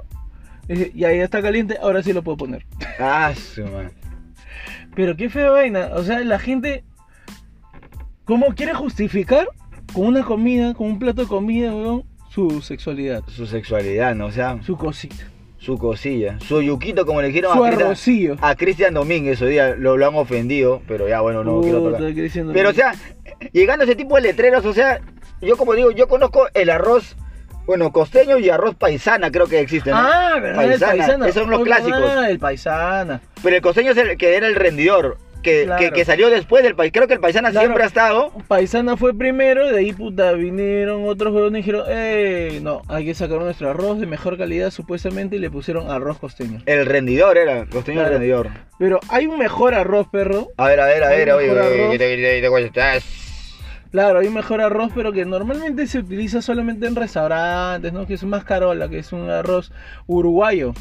S1: eh, Y ahí está caliente, ahora sí lo puedo poner.
S2: Ah, su madre.
S1: Pero qué fea vaina. O sea, la gente. ¿Cómo quiere justificar con una comida, con un plato de comida, weón, su sexualidad?
S2: Su sexualidad, ¿no? O sea,
S1: Su cosita.
S2: su cosilla. Su yuquito, como le dijeron
S1: Su
S2: a Cristian-
S1: arrocillo.
S2: A Cristian Domínguez, hoy día lo, lo han ofendido, pero ya bueno, Ah, no quiero
S1: Puta,
S2: tocar.
S1: qué diciendo-
S2: Pero o sea, llegando a ese tipo de letreros, o sea, yo como digo, yo conozco el arroz, bueno, costeño y arroz paisana creo que existe, ¿no?
S1: Ah, ¿verdad? El
S2: Paisana,
S1: paisana.
S2: esos son los
S1: Oh, ¿verdad?
S2: clásicos.
S1: el paisana.
S2: Pero el costeño es el que era el rendidor. que,
S1: Claro.
S2: que- que salió después del país. Creo que el paisana
S1: Claro.
S2: siempre ha estado.
S1: Paisana fue primero, de ahí puta vinieron otros huevones y dijeron, eh, no, hay que sacar nuestro arroz de mejor calidad supuestamente y le pusieron arroz costeño.
S2: El rendidor era, costeño el
S1: Claro.
S2: rendidor.
S1: Pero hay un mejor arroz, perro.
S2: A ver, a ver, a
S1: Hay
S2: ver, oye,
S1: mejor
S2: oye,
S1: arroz.
S2: que te- que te- que te- que te-
S1: Claro, hay un mejor arroz, pero que normalmente se utiliza solamente en restaurantes, ¿no? Que es más carola, que es un arroz uruguayo.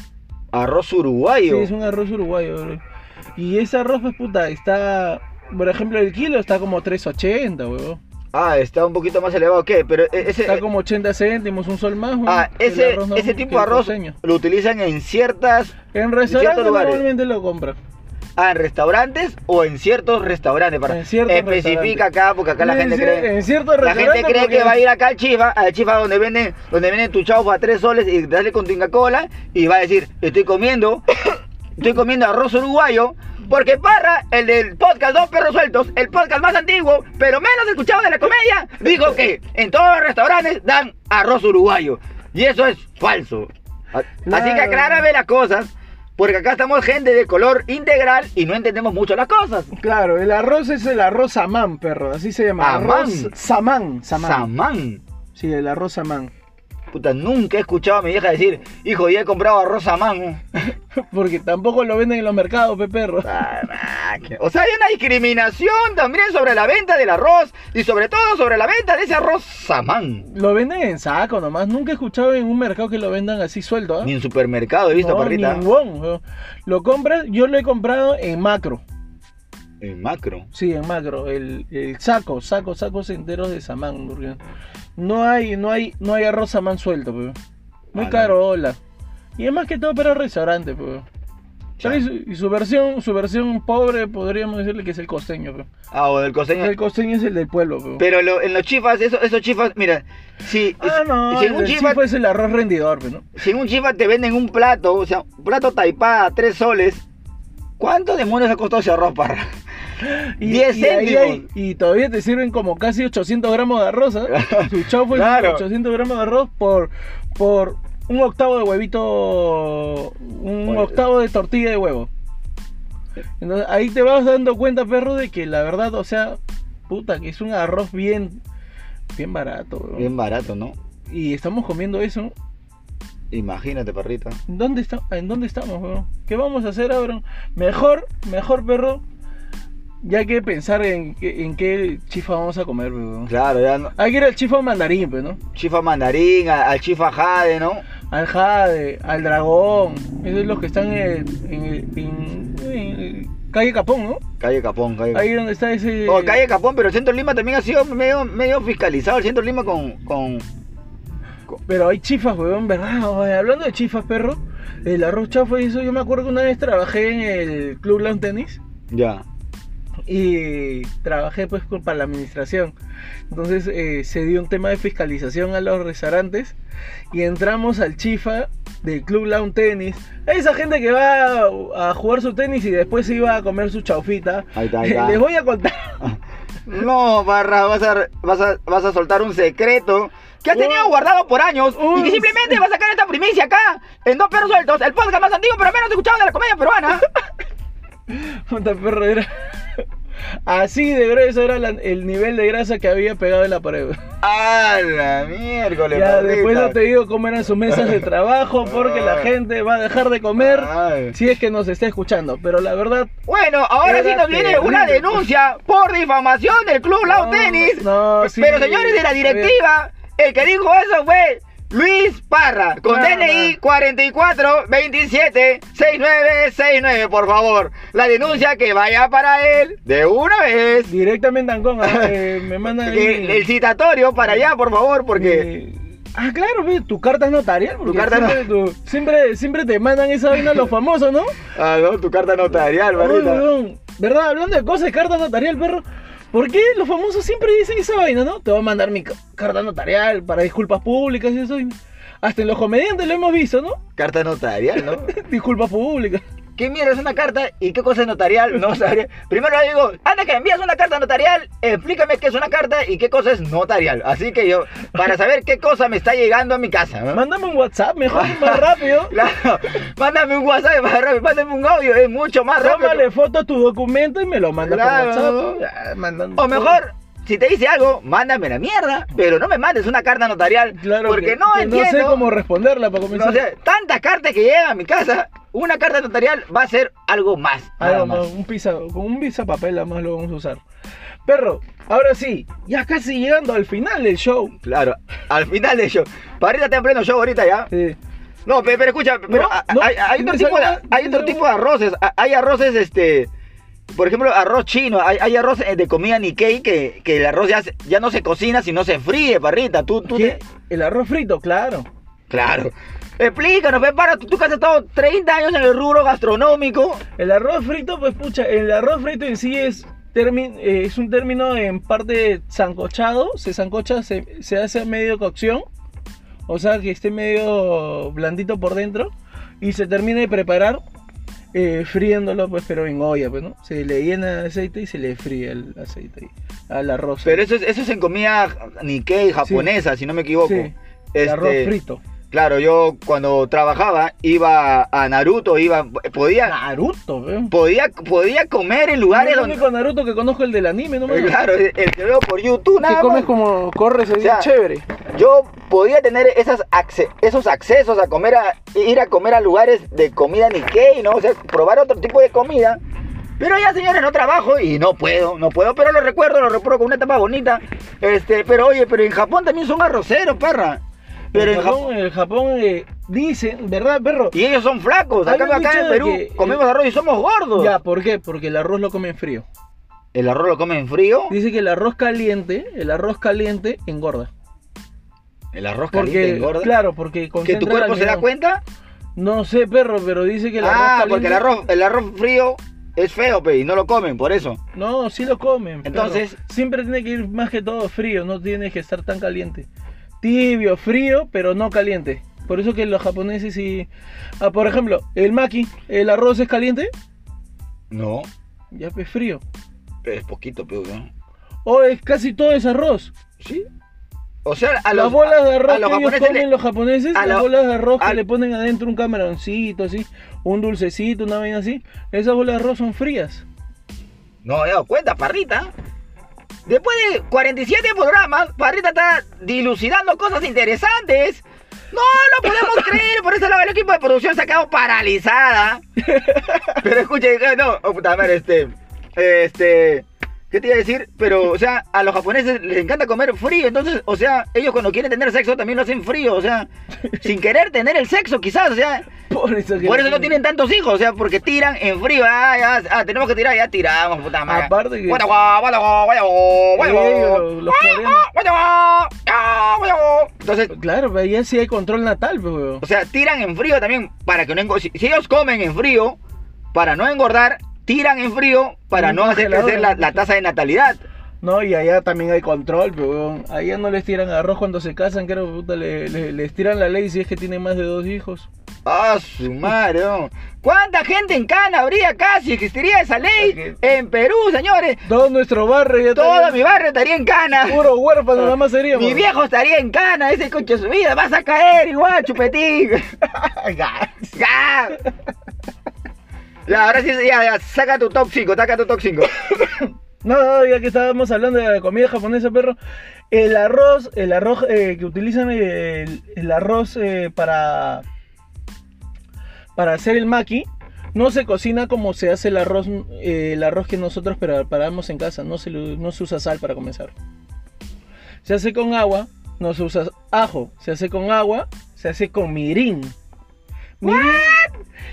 S2: Arroz
S1: Sí,
S2: uruguayo.
S1: es un arroz uruguayo, bro. Y ese arroz, pues puta, está. Por ejemplo, el kilo está como 3.80, huevón.
S2: Ah, está un poquito más elevado. ¿Qué? Pero e- ese,
S1: Está como 80 céntimos, un sol más, huevón,
S2: ah,
S1: que el
S2: ese,
S1: arroz normal-
S2: ese
S1: que
S2: tipo
S1: el
S2: de arroz
S1: costeño.
S2: lo utilizan en ciertas.
S1: En restaurantes
S2: lugares.
S1: normalmente lo compran.
S2: Ah, en restaurantes o en ciertos restaurantes. Para,
S1: En ciertos
S2: especifica
S1: restaurantes.
S2: acá, porque acá la
S1: En
S2: gente
S1: cier-
S2: cree.
S1: En ciertos
S2: La gente
S1: restaurantes
S2: cree
S1: porque-
S2: que va a ir acá al Chifa, al Chifa donde venden, donde venden tu chaufa a tres soles y darle con tinga cola y va a decir, estoy comiendo, estoy comiendo arroz uruguayo, porque Parra, el del podcast Dos Perros Sueltos, el podcast más antiguo, pero menos escuchado de la comedia, dijo que en todos los restaurantes dan arroz uruguayo. Y eso es falso. A- Así que
S1: Claro.
S2: aclárame las cosas, porque acá estamos gente de color integral y no entendemos mucho las cosas.
S1: Claro, el arroz es el arroz samán, perro, así se llama.
S2: Amán.
S1: Arroz samán, samán.
S2: Samán.
S1: Sí, el arroz samán.
S2: Puta, nunca he escuchado a mi vieja decir, hijo, ya he comprado arroz a mano.
S1: Porque tampoco lo venden en los mercados, pe perro.
S2: O sea, hay una discriminación también sobre la venta del arroz y sobre todo sobre la venta de ese arroz samán.
S1: Lo venden en saco nomás. Nunca he escuchado en un mercado que lo vendan así suelto, ¿ah?
S2: Ni en supermercado he visto,
S1: No,
S2: parrita.
S1: ni en Wong, weón. Lo compras, yo lo he comprado en macro.
S2: En macro.
S1: Sí, en macro. El, el saco, saco, sacos enteros de samán. porque no hay, no hay, no hay arroz samán suelto, pe. Muy
S2: Ah, no.
S1: carola. Y es más que todo para restaurante, pe. Pero y su, y su versión, su versión pobre podríamos decirle que es el costeño, pe.
S2: Ah, o del costeño.
S1: El costeño es el del pueblo, pues. pe.
S2: Pero lo- en los chifas, eso- esos chifas, mira, si,
S1: Ah, no,
S2: si
S1: el
S2: en un
S1: del
S2: chifa,
S1: chifa es el arroz rendidor, pe, ¿no?
S2: si en un chifa te venden un plato, o sea, un plato taipá a tres soles, ¿cuánto demonios ha costado ese arroz, parra? 10
S1: ahí
S2: céntimos.
S1: hay- y todavía te sirven como casi 800 gramos de arroz, ¿ah? Tu chau fue
S2: Claro.
S1: 800 gramos de arroz por, por un octavo de huevito, un
S2: Oye.
S1: octavo de tortilla de huevo. Entonces ahí te vas dando cuenta, perro, de que la verdad, o sea, puta, que es un arroz bien, bien barato, bro.
S2: Bien barato, ¿no?
S1: Y estamos comiendo eso.
S2: Imagínate, perrita.
S1: ¿Dónde está, ¿En dónde estamos, weón? ¿Qué vamos a hacer ahora? Mejor, mejor perro. Ya hay que pensar en, qué- en qué chifa vamos a comer, weón.
S2: Claro, ya no.
S1: Hay que ir al chifa mandarín, pues, ¿no?
S2: Chifa mandarín, a- al chifa jade, ¿no?
S1: Al jade, al dragón. Esos son los que están en, en, en- en calle Capón, ¿no?
S2: Calle Capón, calle
S1: Ahí
S2: Capón.
S1: donde está ese.
S2: Oh, calle Capón, pero el centro de Lima también ha sido medio, medio fiscalizado. El centro de Lima con. con...
S1: Pero hay chifas, weón, ¿verdad? Oye, hablando de chifas, perro. El arroz chafa y eso. Yo me acuerdo que una vez trabajé en el Club Lawn Tennis.
S2: Ya.
S1: y trabajé pues con- para la administración. Entonces eh, se dio un tema de fiscalización a los restaurantes y entramos al chifa del Club Lawn Tennis. Esa gente que va a, a jugar su tenis y después se iba a comer su chaufita.
S2: Ahí está, ahí está.
S1: Les voy a contar.
S2: No, Barra, vas a, vas, a, vas a soltar un secreto que has tenido
S1: Un-
S2: guardado por años y
S1: un-
S2: que simplemente vas a sacar esta primicia acá en Dos Perros Sueltos, el podcast más antiguo pero menos escuchado de la comedia peruana.
S1: Puta perro, era... Así de grueso era la- el nivel de grasa que había pegado en la pared.
S2: ¡A la miércoles,
S1: Ya,
S2: perrita!
S1: después no te digo cómo eran sus mesas de trabajo porque la gente va a dejar de comer
S2: Ay.
S1: si es que nos está escuchando. Pero la verdad,
S2: Bueno, ahora
S1: Era
S2: sí nos viene una
S1: terrible.
S2: denuncia por difamación del club Lao
S1: No,
S2: Tenis.
S1: no, sí,
S2: Pero señores de la
S1: está bien.
S2: directiva, el que dijo eso fue Luis Parra, con
S1: Parra.
S2: DNI 44276969, por favor. La denuncia que vaya para él de una vez.
S1: Directamente a Ancón, ah, eh, me mandan ahí
S2: El,
S1: mi-
S2: el citatorio para allá, por favor, porque...
S1: mi- Ah, claro, ve, tu carta es notarial, porque
S2: carta
S1: siempre, tu- siempre, siempre te mandan esa vaina a los famosos, ¿no?
S2: Ah, no, tu carta notarial,
S1: Oye,
S2: Barrita.
S1: weón, ¿Verdad? Hablando de cosas de carta notarial, perro. ¿Por qué los famosos siempre dicen esa vaina, no? Te voy a mandar mi ca- carta notarial para disculpas públicas y eso. y- Hasta en los comediantes lo hemos visto, ¿no?
S2: Carta notarial, ¿no?
S1: Disculpas públicas.
S2: ¿Qué mierda es una carta y qué cosa es notarial? No sabría. Primero le digo, anda que envías una carta notarial, explícame qué es una carta y qué cosa es notarial. Así que yo, para saber qué cosa me está llegando a mi casa. ¿no?
S1: Mándame un WhatsApp, mejor y más rápido.
S2: ¿Ah? Claro, mándame un WhatsApp, más rápido, mándame un audio, es mucho más rápido.
S1: Tómale foto a tu documento y me lo manda
S2: Claro.
S1: por WhatsApp. Ah, mandando-
S2: O mejor, si te dice algo, mándame la mierda, pero no me mandes una carta notarial,
S1: Claro
S2: porque
S1: que-
S2: no
S1: que
S2: entiendo.
S1: No sé cómo responderla para comenzar.
S2: No sé, tantas cartas que llegan a mi casa, una carta notarial va a ser algo más.
S1: Algo
S2: Algo
S1: más,
S2: más.
S1: Ah, un pizza, con un pizza papel además lo vamos a usar. Perro, ahora sí, ya casi llegando al final del show.
S2: Claro, al final de show. Parita está en pleno show ahorita ya.
S1: Eh,
S2: No, pe- pero escucha, pero
S1: No,
S2: a-
S1: no,
S2: hay, hay otro
S1: me
S2: tipo de,
S1: salió-
S2: hay
S1: me
S2: otro
S1: salió-
S2: tipo de arroces. A- Hay arroces, este. Por ejemplo, arroz chino. Hay, hay arroz eh, de comida Nikkei que, que el arroz ya, se- ya no se cocina, sino se fríe, parrita. Tú, tú
S1: ¿qué?
S2: te-
S1: El arroz frito, claro.
S2: Claro. Explícanos, pe, para, tú, tú que has estado 30 años en el rubro gastronómico.
S1: El arroz frito, pues pucha, el arroz frito en sí es, termi- eh, es un término en parte zancochado, se zancocha, se, se hace a medio cocción, o sea que esté medio blandito por dentro y se termina de preparar eh, friéndolo, pues pero en olla, pues, ¿no? Se le llena de aceite y se le fría el aceite ahí, al arroz.
S2: Pero eso es, eso es en comida Nikkei japonesa, si no me equivoco.
S1: Sí, el arroz
S2: Este,
S1: frito.
S2: Claro, yo cuando trabajaba iba a Naruto, iba podía
S1: Naruto, weón.
S2: podía podía comer en lugares
S1: el
S2: donde
S1: único Naruto que conozco el del anime, no me
S2: Eh, claro, el que veo por YouTube
S1: Que
S2: nada
S1: comes
S2: más.
S1: como corres, es
S2: O sea,
S1: bien chévere.
S2: Yo podía tener esas acce- esos accesos a comer a ir a comer a lugares de comida Nikkei, ¿no? O sea, probar otro tipo de comida. Pero ya, señores, no trabajo y no puedo, no puedo, pero lo recuerdo, lo recuerdo con una etapa bonita. Este, pero oye, pero en Japón también son arroceros, perra. Pero en Japón
S1: en Japón eh, dicen, ¿verdad, perro?
S2: Y ellos son flacos. Acá,
S1: Hay un
S2: acá
S1: dicho
S2: en
S1: de
S2: Perú
S1: que- eh,
S2: comemos arroz y somos gordos.
S1: Ya, ¿por qué? Porque el arroz lo comen frío.
S2: ¿El arroz lo comen frío?
S1: Dice que el arroz caliente, el arroz caliente engorda.
S2: ¿El arroz caliente
S1: Porque,
S2: engorda?
S1: claro, porque
S2: ¿Que
S1: concentra
S2: tu
S1: el
S2: cuerpo se da
S1: almidón.
S2: cuenta?
S1: No sé, perro, pero dice que el arroz
S2: ah,
S1: caliente-
S2: porque el arroz, el arroz frío es feo, pe, y no lo comen, por eso.
S1: No, sí lo comen. perro.
S2: Entonces-
S1: siempre tiene que ir más que todo frío, no tiene que estar tan caliente. Tibio, frío, pero no caliente. Por eso que los japoneses y... Ah, por ejemplo, el maki, ¿el arroz es caliente?
S2: No,
S1: Ya es frío.
S2: pero es poquito, pe, ¿no?
S1: O es casi todo es arroz.
S2: ¿Sí? O sea, a
S1: las
S2: los,
S1: bolas de arroz
S2: a los
S1: que ellos
S2: japoneses
S1: comen
S2: le-
S1: los japoneses,
S2: a
S1: las
S2: lo-
S1: bolas de arroz que
S2: a-
S1: le ponen adentro un camaroncito así, un dulcecito, una vaina así, esas bolas de arroz son frías.
S2: No me he dado cuenta, Parrita. Después de 47 programas, Parrita está dilucidando cosas interesantes. No lo podemos creer, por eso la- el equipo de producción se ha quedado paralizada. Pero escuche, eh, no, oh, puta madre, este. Este. ¿Qué te iba a decir? Pero, o sea, a los japoneses les encanta comer frío, entonces, o sea, ellos cuando quieren tener sexo también lo hacen frío, o sea, sin querer tener el sexo quizás, o sea,
S1: Por eso que
S2: por eso no tienen tantos hijos, o sea, porque tiran en frío. Ah, ya, ah, tenemos que tirar, ya tiramos, puta madre.
S1: Aparte que-
S2: Guata, guau, guata, guau, guata, guau, guata, guau.
S1: Ellos, los- los
S2: Guata,
S1: coreanos.
S2: guata, guau, ah, guata, guau. Entonces,
S1: Claro, pero allá sí hay control natal, pues, weón.
S2: o sea, tiran en frío también para que no engor- si, si ellos comen en frío, para no engordar, tiran en frío para
S1: Un
S2: no hacer
S1: congelador,
S2: crecer la,
S1: ¿no?
S2: la tasa de natalidad.
S1: No, y allá también hay control, pues, weón. Allá no les tiran arroz cuando se casan, creo, puta, le- le- les tiran la ley si es que tienen más de dos hijos.
S2: Ah, su madre. no. ¿Cuánta gente en Cana habría acá si existiría esa ley? En Perú, señores.
S1: Todo nuestro barrio ya
S2: Todo mi
S1: estaría
S2: barrio estaría en Cana.
S1: puro huérfano, nada más seríamos.
S2: Mi viejo estaría en cana, ese coche su vida, vas a caer igual, chupetín. ya. Ya, ahora sí, ya, ya, saca tu top 5, saca tu top 5.
S1: No, no, ya que estábamos hablando de la comida japonesa, perro. El arroz, el arroz eh, que utilizan, eh, el, el arroz eh, para, para hacer el maki, no se cocina como se hace el arroz, eh, el arroz que nosotros preparamos en casa. No se, le- no se usa sal para comenzar. Se hace con agua, no se usa ajo. Se hace con agua, se hace con mirin. Mirin-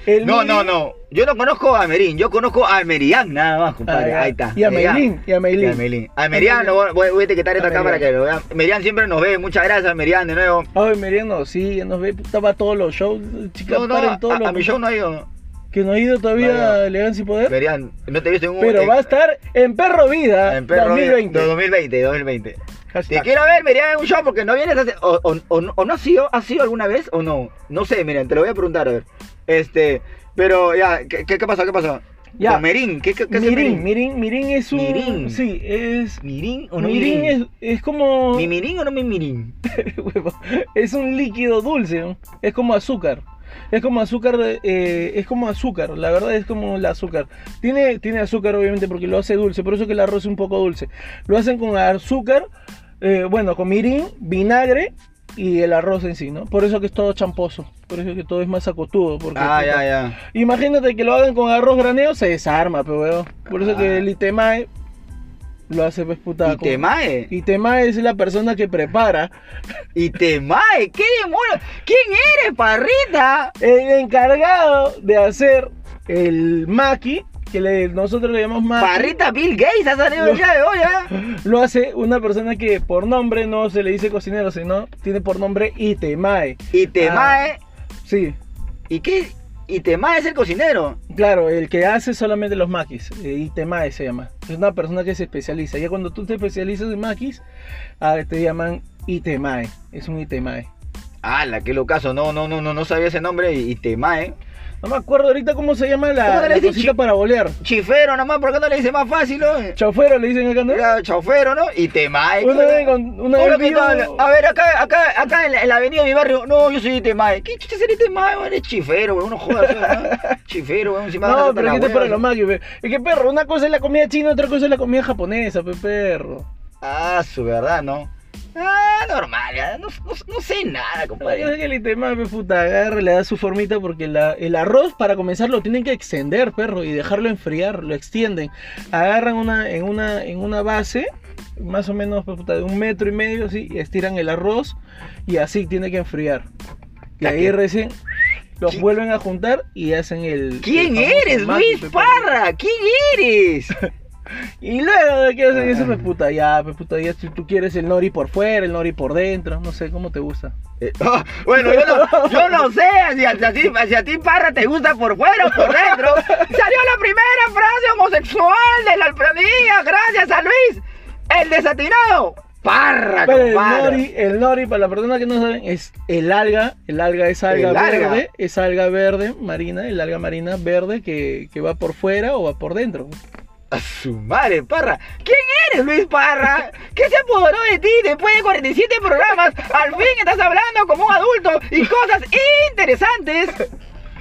S1: el
S2: No,
S1: mirin-
S2: no, no. Yo no conozco a Merín, yo conozco a Merian nada más, compadre.
S1: Ah,
S2: Ahí está.
S1: Y a
S2: Merian.
S1: Meilín, y a
S2: Y a
S1: Meilín.
S2: Merian. A Merian, lo voy, voy a etiquetar esto
S1: A
S2: acá para que lo vean. Merian siempre nos ve, muchas gracias, Merian, de nuevo.
S1: Ay, Meriano, sí, nos ve, puta, va a todos los shows, chicas,
S2: No, no,
S1: paren
S2: a,
S1: todos los
S2: a mi show no ha ido.
S1: que no ha ido todavía
S2: No, no.
S1: a Elegancia y Poder,
S2: Merian, no te he visto en un.
S1: pero
S2: en-
S1: va a estar en Perro Vida
S2: en perro
S1: 2020.
S2: 2020, 2020. Te
S1: Hashtag.
S2: quiero ver, Miriam, en un show porque no vienes hace- o, o- o- o no has sido, has sido alguna vez o no. No sé, Miriam, te lo voy a preguntar, a ver. Este, pero ya, ¿qué, qué, qué pasó? ¿Qué pasó?
S1: Ya.
S2: Con Merín, ¿qué, qué, qué es el
S1: Mirin, Mirin, Mirin es un.
S2: Mirin.
S1: Sí, es.
S2: ¿Mirín o no
S1: Mirin es, es como.
S2: ¿Mi Mirín o no mi Mirín?
S1: huevo, es un líquido dulce, ¿no? es como azúcar. Es como azúcar, eh, es como azúcar, la verdad es como el azúcar. Tiene, tiene azúcar obviamente porque lo hace dulce, por eso que el arroz es un poco dulce. Lo hacen con azúcar, eh, bueno, con mirín, vinagre y el arroz en sí, ¿no? Por eso que es todo champoso, por eso que todo es más acotudo. Porque
S2: Ah,
S1: puta,
S2: ya, ya.
S1: Imagínate que lo hagan con arroz graneo, se desarma, pero Por eso
S2: Ah.
S1: que el Itemae lo hace pues puta.
S2: Y
S1: como-
S2: Temae.
S1: Itemae es la persona que prepara
S2: Y Temae, ¿qué demonios? ¿Quién eres, parrita?
S1: El encargado de hacer el maki, que le- nosotros le llamamos maki,
S2: Parrita Bill Gates ha salido
S1: No.
S2: el día de hoy, ¿eh?
S1: lo hace una persona que por nombre no se le dice cocinero, sino tiene por nombre Itemae.
S2: Y Temae,
S1: Sí,
S2: ¿y qué? Y Temae es el cocinero.
S1: claro, el que hace solamente los makis, eh, Itemae se llama. Es una persona que se especializa. Ya cuando tú te especializas en makis, ah, te llaman Itemae. Es un Itemae.
S2: ¡Hala, qué locazo! No, no, no, no, no sabía ese nombre. Y, y Temae.
S1: No me acuerdo ahorita cómo se llama
S2: ¿Cómo
S1: la,
S2: le
S1: la
S2: dicen
S1: cosita
S2: chi-
S1: para bolear.
S2: Chifero nomás, ¿por qué no le dice más fácil, no?
S1: Chaufuero le dicen acá, ¿no?
S2: Era Chaufero, ¿no? Y Temae.
S1: Una vez con- una vez
S2: Hola, ¿qué
S1: vi un-
S2: tal? A ver, acá, acá, acá en la, en la avenida de mi barrio, no, yo soy de Temae. ¿Qué chucha sería Temae, weón? Es chifero, weón, uno joda, así, ¿no? Chifero, weón, encima
S1: No,
S2: agarra
S1: pero
S2: hasta
S1: ¿qué
S2: la
S1: te para
S2: hueva,
S1: los magios, pe? Es que perro, una cosa es la comida china, otra cosa es la comida japonesa, pe perro.
S2: Ah, su verdad, ¿no? Ah, normal, ya, no, no, no sé nada,
S1: Ay, Es
S2: compadre.
S1: que el tema, pe puta, agarra, le da su formita porque la- el arroz, para comenzar, lo tienen que extender, perro, y dejarlo enfriar, lo extienden. Agarran una, en, una, en una base, más o menos, pe puta, de un metro y medio, así, y estiran el arroz, y así tiene que enfriar. Y ahí
S2: ¿Qué?
S1: recién los
S2: ¿Qui-
S1: vuelven a juntar y hacen el...
S2: ¿Quién
S1: el famoso
S2: eres,
S1: maki,
S2: Luis
S1: pe, perro.
S2: Parra? ¿Quién eres?
S1: Y luego de que hacen
S2: Ah.
S1: eso, pues puta ya, pues puta ya, si tú quieres el nori por fuera, el nori por dentro, no sé cómo te gusta.
S2: Eh, ah, bueno, yo no, yo no sé si a, si a ti- si a ti Parra te gusta por fuera o por dentro. Salió la primera frase homosexual de la alcaldía, gracias a Luis, el desatinado. Parra,
S1: Pero el
S2: compadre.
S1: nori, el nori, para la persona que no saben, es el alga, el alga es alga
S2: El alga.
S1: verde, es alga verde marina, el alga marina verde que, que va por fuera o va por dentro.
S2: A su madre, Parra. ¿Quién eres, Luis Parra? ¿Qué se apoderó de ti después de 47 programas? Al fin estás hablando como un adulto y cosas interesantes.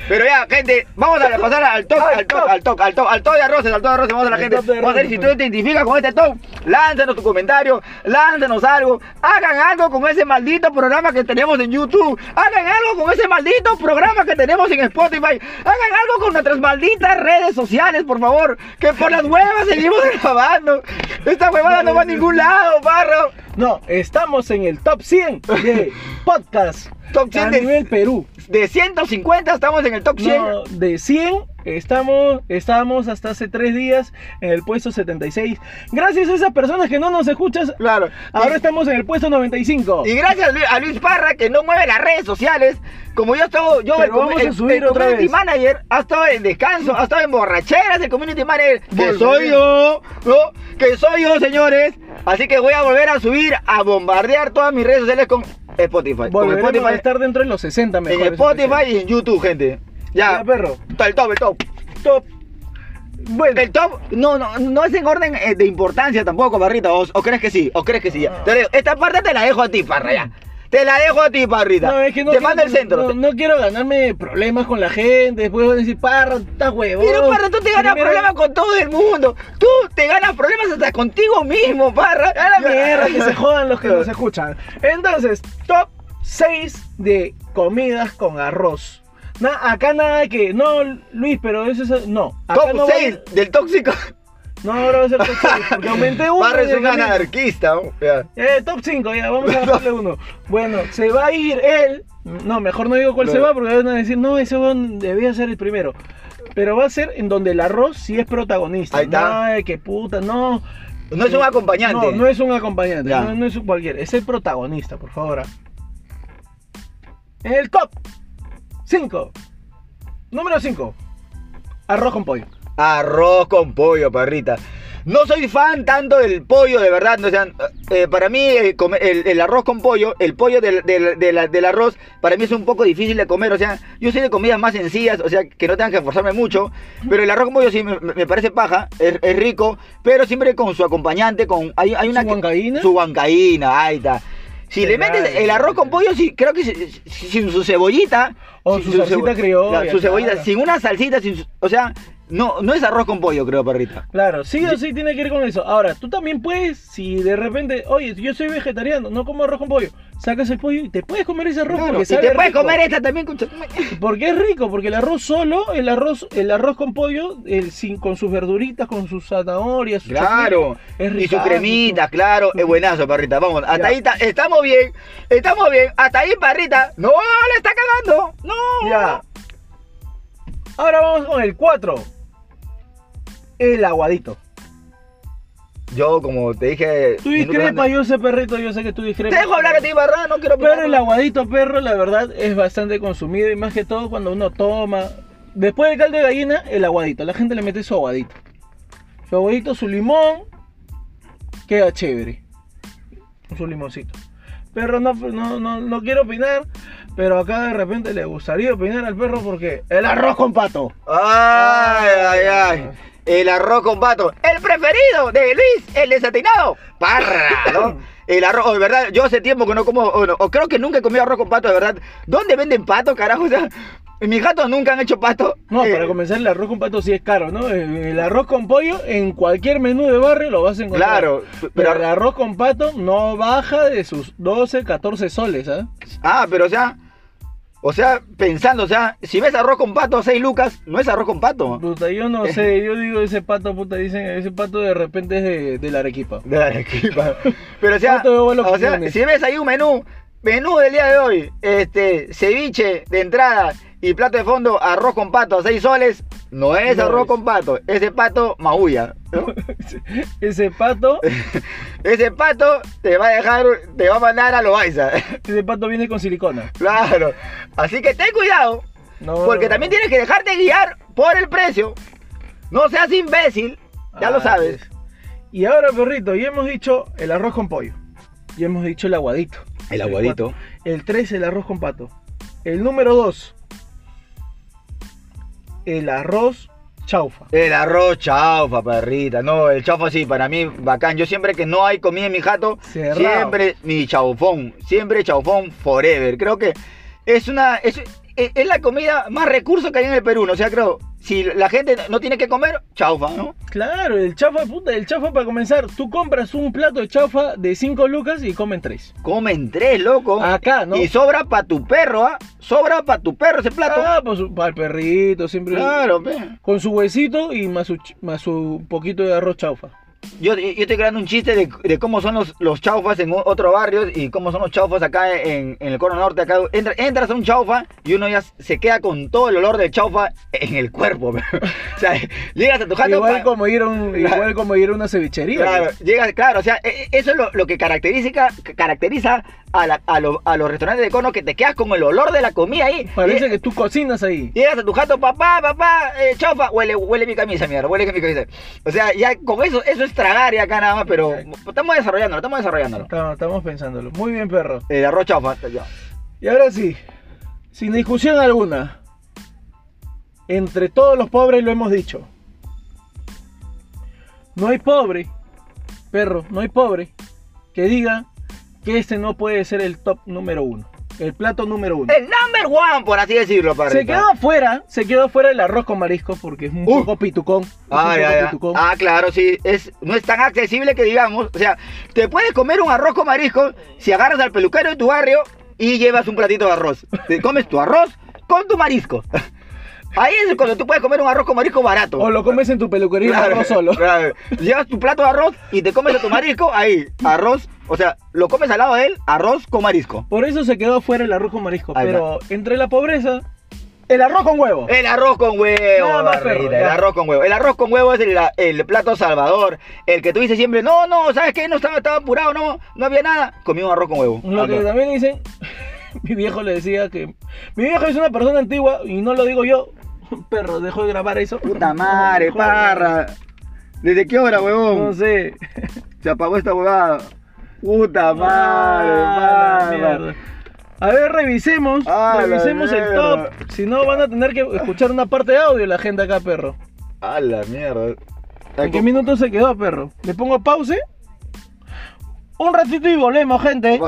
S2: Pero ya, gente, vamos a pasar al top, al top, al top, al top, al top de arroces, al top de arroces, vamos a la
S1: Al
S2: gente.
S1: top de
S2: Vamos a ver si
S1: arroces.
S2: tú te identificas con este top. Lánzanos tu comentario, lánzanos algo, hagan algo con ese maldito programa que tenemos en YouTube, hagan algo con ese maldito programa que tenemos en Spotify, hagan algo con nuestras malditas redes sociales, por favor, que por las huevas seguimos grabando. Esta huevada no va a ningún lado, barro.
S1: No, estamos en el top 100 de podcast
S2: Top 100
S1: a
S2: de-
S1: nivel Perú.
S2: De 150 estamos en el top 100.
S1: No, de 100 estamos, estábamos hasta hace tres días en el puesto 76. Gracias a esas personas que no nos escuchas,
S2: Claro.
S1: ahora estamos en el puesto 95.
S2: Y gracias a Lu- a Luis Parra que no mueve las redes sociales. Como yo estoy, yo
S1: Pero
S2: el, com-
S1: vamos a
S2: el-
S1: subir
S2: el
S1: otra
S2: community
S1: vez.
S2: manager ha estado en descanso, ha estado en borracheras, el community manager. Que
S1: Volveré.
S2: soy yo, ¿no? Que soy yo, señores. Así que voy a volver a subir, a bombardear todas mis redes sociales con Spotify. Con
S1: Volveremos a
S2: Spotify,
S1: estar dentro de los 60
S2: en
S1: mejores.
S2: Spotify y en YouTube, gente. Ya,
S1: Ya, perro.
S2: el top, el top.
S1: Top.
S2: Bueno, el top no, no, no es en orden eh, de importancia tampoco, Parrita. ¿O, o crees que sí? ¿O crees que sí? Ya. Te dejo- esta parte te la dejo a ti, Parra, ya. Te la dejo a ti, Parrita.
S1: No, es que no
S2: te
S1: quiero-
S2: mando el centro.
S1: No, no quiero ganarme problemas con la gente. Después van a decir, parra, está huevón.
S2: Pero Parra, tú te ganas
S1: Primero-
S2: problemas con todo el mundo. Tú te ganas problemas hasta contigo mismo, Parra. A la
S1: mierda que se jodan los que nos escuchan. Entonces, top 6 de comidas con arroz. Na- acá nada que, no Luis, pero eso es. No. Acá
S2: Top
S1: no va-
S2: 6 del tóxico.
S1: no, ahora va a ser top 6. Porque aumenté uno.
S2: Parra es
S1: y
S2: un
S1: gané.
S2: anarquista. ¿no? Ya.
S1: Eh, top 5, ya, vamos a bajarle uno. Bueno, se va a ir él. No, mejor no digo cuál
S2: No.
S1: se va porque van a decir, no, ese weón debía ser el primero. Pero va a ser en donde el arroz sí es protagonista.
S2: Ahí está.
S1: Ay, qué puta, no.
S2: No es un acompañante.
S1: No, no es un acompañante,
S2: Ya.
S1: no, no es un cualquiera, es el protagonista, por favor. ah. En el top 5, número 5, arroz con pollo.
S2: Arroz con pollo, parrita. No soy fan tanto del pollo, de verdad. O sea, eh, para mí el, come- el- el arroz con pollo, el pollo del, del- del- del arroz, para mí es un poco difícil de comer. O sea, yo soy de comidas más sencillas, o sea, que no tengan que esforzarme mucho. Pero el arroz con pollo sí me, me- me parece paja, es, es rico, pero siempre con su acompañante, con... Hay, hay una
S1: ¿Su
S2: que-
S1: huancaína?
S2: Su huancaína, ahí está. Si le
S1: Claro.
S2: metes el arroz con pollo, sí, creo que si- si- sin, su cebollita...
S1: O
S2: sin
S1: su salsita criolla,
S2: Su cebollita,
S1: claro.
S2: sin una salsita, sin... su- o sea, no, no es arroz con pollo, creo, perrita.
S1: Claro, sí o sí tiene que ir con eso. Ahora, tú también puedes, si de repente, oye, yo soy vegetariano, no como arroz con pollo, sacas el pollo y te puedes comer ese arroz
S2: Claro,
S1: porque
S2: y te
S1: sabe
S2: puedes
S1: rico.
S2: comer e-. esta también, concha.
S1: Porque es rico, porque el arroz solo, el arroz, el arroz con pollo, el sin, con sus verduritas, con sus zanahorias, su
S2: Claro.
S1: choclo, es
S2: y su
S1: ricazo,
S2: cremita, claro. Es buenazo, parrita. Vamos, hasta
S1: Ya.
S2: ahí está- estamos bien. Estamos bien. Hasta ahí, parrita. No, le está cagando. No.
S1: su- Ya. Ahora vamos con el 4. El aguadito.
S2: Yo, como te dije.
S1: Tú
S2: minutos
S1: discrepas,
S2: antes-
S1: yo sé perrito, yo sé que tú
S2: Te
S1: discrepas.
S2: dejo hablar a ti, barra. No quiero
S1: Pero el aguadito perro, la verdad, es bastante consumido y más que todo cuando uno toma. Después del caldo de gallina, el aguadito. La gente le mete su aguadito. Su aguadito, su limón. Queda chévere. Su limoncito. Perro, no, no, no, no quiero opinar, pero acá de repente le gustaría opinar al perro porque el arroz con pato.
S2: Ay, ay, ay. El arroz con pato. El preferido de Luis, el desatinado. Parra, ¿no? El arroz, oh, de verdad, yo hace tiempo que no como, o, no- o creo que nunca he comido arroz con pato, de verdad. ¿Dónde venden pato, carajo? O sea, mis gatos nunca han hecho pato.
S1: No,
S2: Eh,
S1: para comenzar, el arroz con pato sí es caro, ¿no? El el arroz con pollo en cualquier menú de barrio lo vas a encontrar.
S2: Claro,
S1: pero,
S2: pero-
S1: el arroz con pato no baja de sus 12, 14 soles, ¿ah?
S2: Ah, pero o sea, o sea, pensando, o sea, si ves arroz con pato, 6 lucas, no es arroz con pato.
S1: Puta, yo no sé, yo digo ese pato, puta, dicen, ese pato de repente es de, de la Arequipa.
S2: De Arequipa. Pero o sea,
S1: Pato de huevo a los
S2: o sea,
S1: quiñones.
S2: si ves ahí un menú, menú del día de hoy, este, ceviche de entrada y plato de fondo, arroz con pato a 6 soles, no es
S1: No
S2: arroz
S1: es.
S2: con pato, ese pato maulla. ¿no?
S1: Ese pato,
S2: ese pato te va a dejar, te va a mandar a Loaiza.
S1: ese pato viene con silicona.
S2: claro. Así que ten cuidado,
S1: No,
S2: Porque
S1: no,
S2: también
S1: no.
S2: tienes que dejarte guiar por el precio. No seas imbécil, ya lo
S1: Ah,
S2: sabes.
S1: pues. Y ahora, perrito, ya hemos dicho el arroz con pollo. Ya hemos dicho el aguadito.
S2: El aguadito.
S1: cuatro. El 3, el arroz con pato. El número 2. El arroz chaufa.
S2: El arroz chaufa, perrita. No, el chaufa sí, para mí bacán. Yo siempre que no hay comida en mi jato,
S1: Cerrado.
S2: siempre mi chaufón. Siempre chaufón forever. Creo que es una. Es, es- es la comida más recurso que hay en el Perú. ¿no? O sea, creo, si la gente no tiene que comer, chaufa, ¿no?
S1: Claro, el chaufa, puta, el chaufa para comenzar. Tú compras un plato de chaufa de 5 lucas y comen 3.
S2: Comen tres, loco.
S1: Acá, ¿no?
S2: Y sobra para tu perro, ¿ah? Sobra para tu perro ese plato.
S1: Ah, pues para el perrito, siempre.
S2: claro, pe.
S1: Con su huesito y más su, ch- más su poquito de arroz chaufa.
S2: Yo, yo estoy creando un chiste de, de cómo son los, los chaufas en o- otro barrio y cómo son los chaufas acá en, en el Coro Norte. Acá entra- entras a un chaufa y uno ya se queda con todo el olor del chaufa en el cuerpo. o sea, llegas a tu jato.
S1: Igual
S2: pa-
S1: como ir a un-
S2: Claro.
S1: igual como ir a una cevichería.
S2: Claro, llegas, claro, o sea, e- e- eso es lo, lo que caracteriza, que caracteriza a, la- a lo- a los restaurantes de cono que te quedas con el olor de la comida ahí.
S1: Parece
S2: Lle-
S1: que tú cocinas ahí.
S2: Llegas a tu jato, papá, papá, eh, chaufa, huele, huele mi camisa, mierda, huele mi camisa. O sea, ya con eso, eso es tragar y acá nada más, pero pues, estamos desarrollándolo, estamos desarrollándolo.
S1: Estamos, estamos pensándolo. Muy bien, perro.
S2: El arroz chaufa, hasta yo.
S1: Y ahora sí, sin discusión alguna, entre todos los pobres lo hemos dicho. No hay pobre, perro, no hay pobre que diga que este no puede ser el top número uno, el plato número uno.
S2: El number one, por así decirlo, para
S1: Se quedó afuera, se quedó afuera el arroz con marisco porque es un
S2: Uh.
S1: poco pitucón. es un
S2: Ah,
S1: poco
S2: ya, ya.
S1: pitucón.
S2: ah, claro, sí. Es, no es tan accesible que digamos. O sea, te puedes comer un arroz con marisco si agarras al peluquero de tu barrio y llevas un platito de arroz. Te comes tu arroz con tu marisco. Ahí es cuando tú puedes comer un arroz con marisco barato.
S1: O lo comes en tu peluquería
S2: Claro,
S1: arroz solo.
S2: claro. Llevas tu plato de arroz y te comes a tu marisco ahí. Arroz, o sea, lo comes al lado de él, arroz con marisco.
S1: Por eso se quedó afuera el arroz con marisco.
S2: Ahí va. Eh,
S1: pero entre la pobreza, el arroz con huevo.
S2: El arroz con huevo,
S1: Nada más,
S2: barrita,
S1: perro,
S2: el
S1: ya.
S2: arroz con huevo. El arroz con huevo es el, el plato salvador, el que tú dices siempre, no, no, ¿sabes qué? No estaba, estaba apurado, no, no había nada. Comí un arroz con huevo.
S1: Lo que
S2: Ando.
S1: también dicen, mi viejo le decía que. Mi viejo es una persona antigua, y no lo digo yo, Perro, dejó de grabar eso.
S2: Puta madre,
S1: Dejó de grabar.
S2: parra. ¿Desde qué hora, huevón?
S1: No sé.
S2: Se apagó esta huevada. Puta madre,
S1: Ah, la
S2: parra.
S1: mierda. A ver, revisemos.
S2: Ah, la
S1: revisemos el top.
S2: mierda.
S1: Si no, van a tener que escuchar una parte de audio la gente acá, perro.
S2: A la mierda.
S1: ¿En qué minutos se quedó, perro? ¿Le pongo pause? Un ratito y volvemos, gente.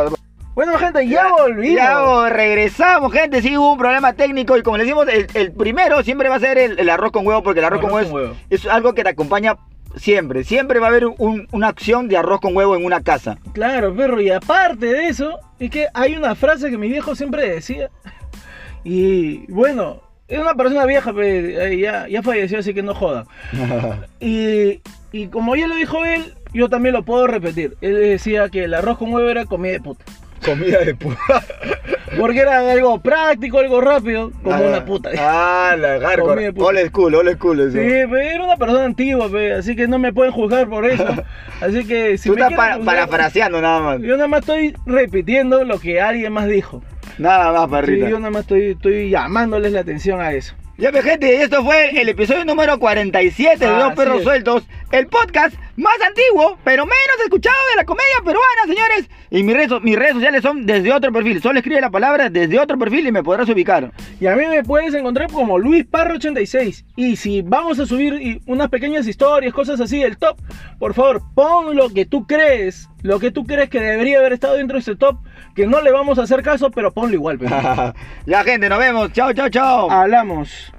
S1: Bueno, gente, ya volvimos.
S2: Ya vol- regresamos, gente. Sí, hubo un problema técnico. Y como le decimos, el, el primero siempre va a ser el, el arroz con huevo, porque el arroz, con, huevo es, es algo que te acompaña siempre. Siempre va a haber un- una acción de arroz con huevo en una casa.
S1: Claro, perro, y aparte de eso, es que hay una frase que mi viejo siempre decía. Y bueno, es una persona vieja, pe, eh, ya, ya falleció, así que no joda. Y, y como ya lo dijo él, yo también lo puedo repetir. Él decía que el arroz con huevo era comida de puta.
S2: Comida de puta.
S1: Porque era algo práctico, algo rápido, como una puta.
S2: Ah, la
S1: Comida
S2: hardcore.
S1: de puta.
S2: Old school, old school. Eso.
S1: Sí, pe, era una persona antigua, pe, así que no me pueden juzgar por eso. Así que si
S2: Tú
S1: me
S2: estás
S1: quieren
S2: para-
S1: juzgar,
S2: parafraseando nada más.
S1: yo nada más estoy repitiendo lo que alguien más dijo.
S2: Nada más,
S1: Sí,
S2: parrita.
S1: yo nada más estoy, estoy llamándoles la atención a eso.
S2: Ya pues gente, y esto fue el episodio número 47 de
S1: Ah,
S2: Dos
S1: así
S2: Perros
S1: es.
S2: Sueltos, el podcast más antiguo, pero menos escuchado de la comedia peruana, señores. Y mis redes, so- mis redes sociales son desde otro perfil. Solo escribe la palabra desde otro perfil y me podrás ubicar.
S1: Y a mí me puedes encontrar como Luis Parro 86. Y si vamos a subir y- unas pequeñas historias, cosas así del top, por favor, pon lo que tú crees, lo que tú crees que debería haber estado dentro de este top, que no le vamos a hacer caso, pero ponlo igual. pues. pe.
S2: ya gente, nos vemos. Chao, chao, chao.
S1: Hablamos.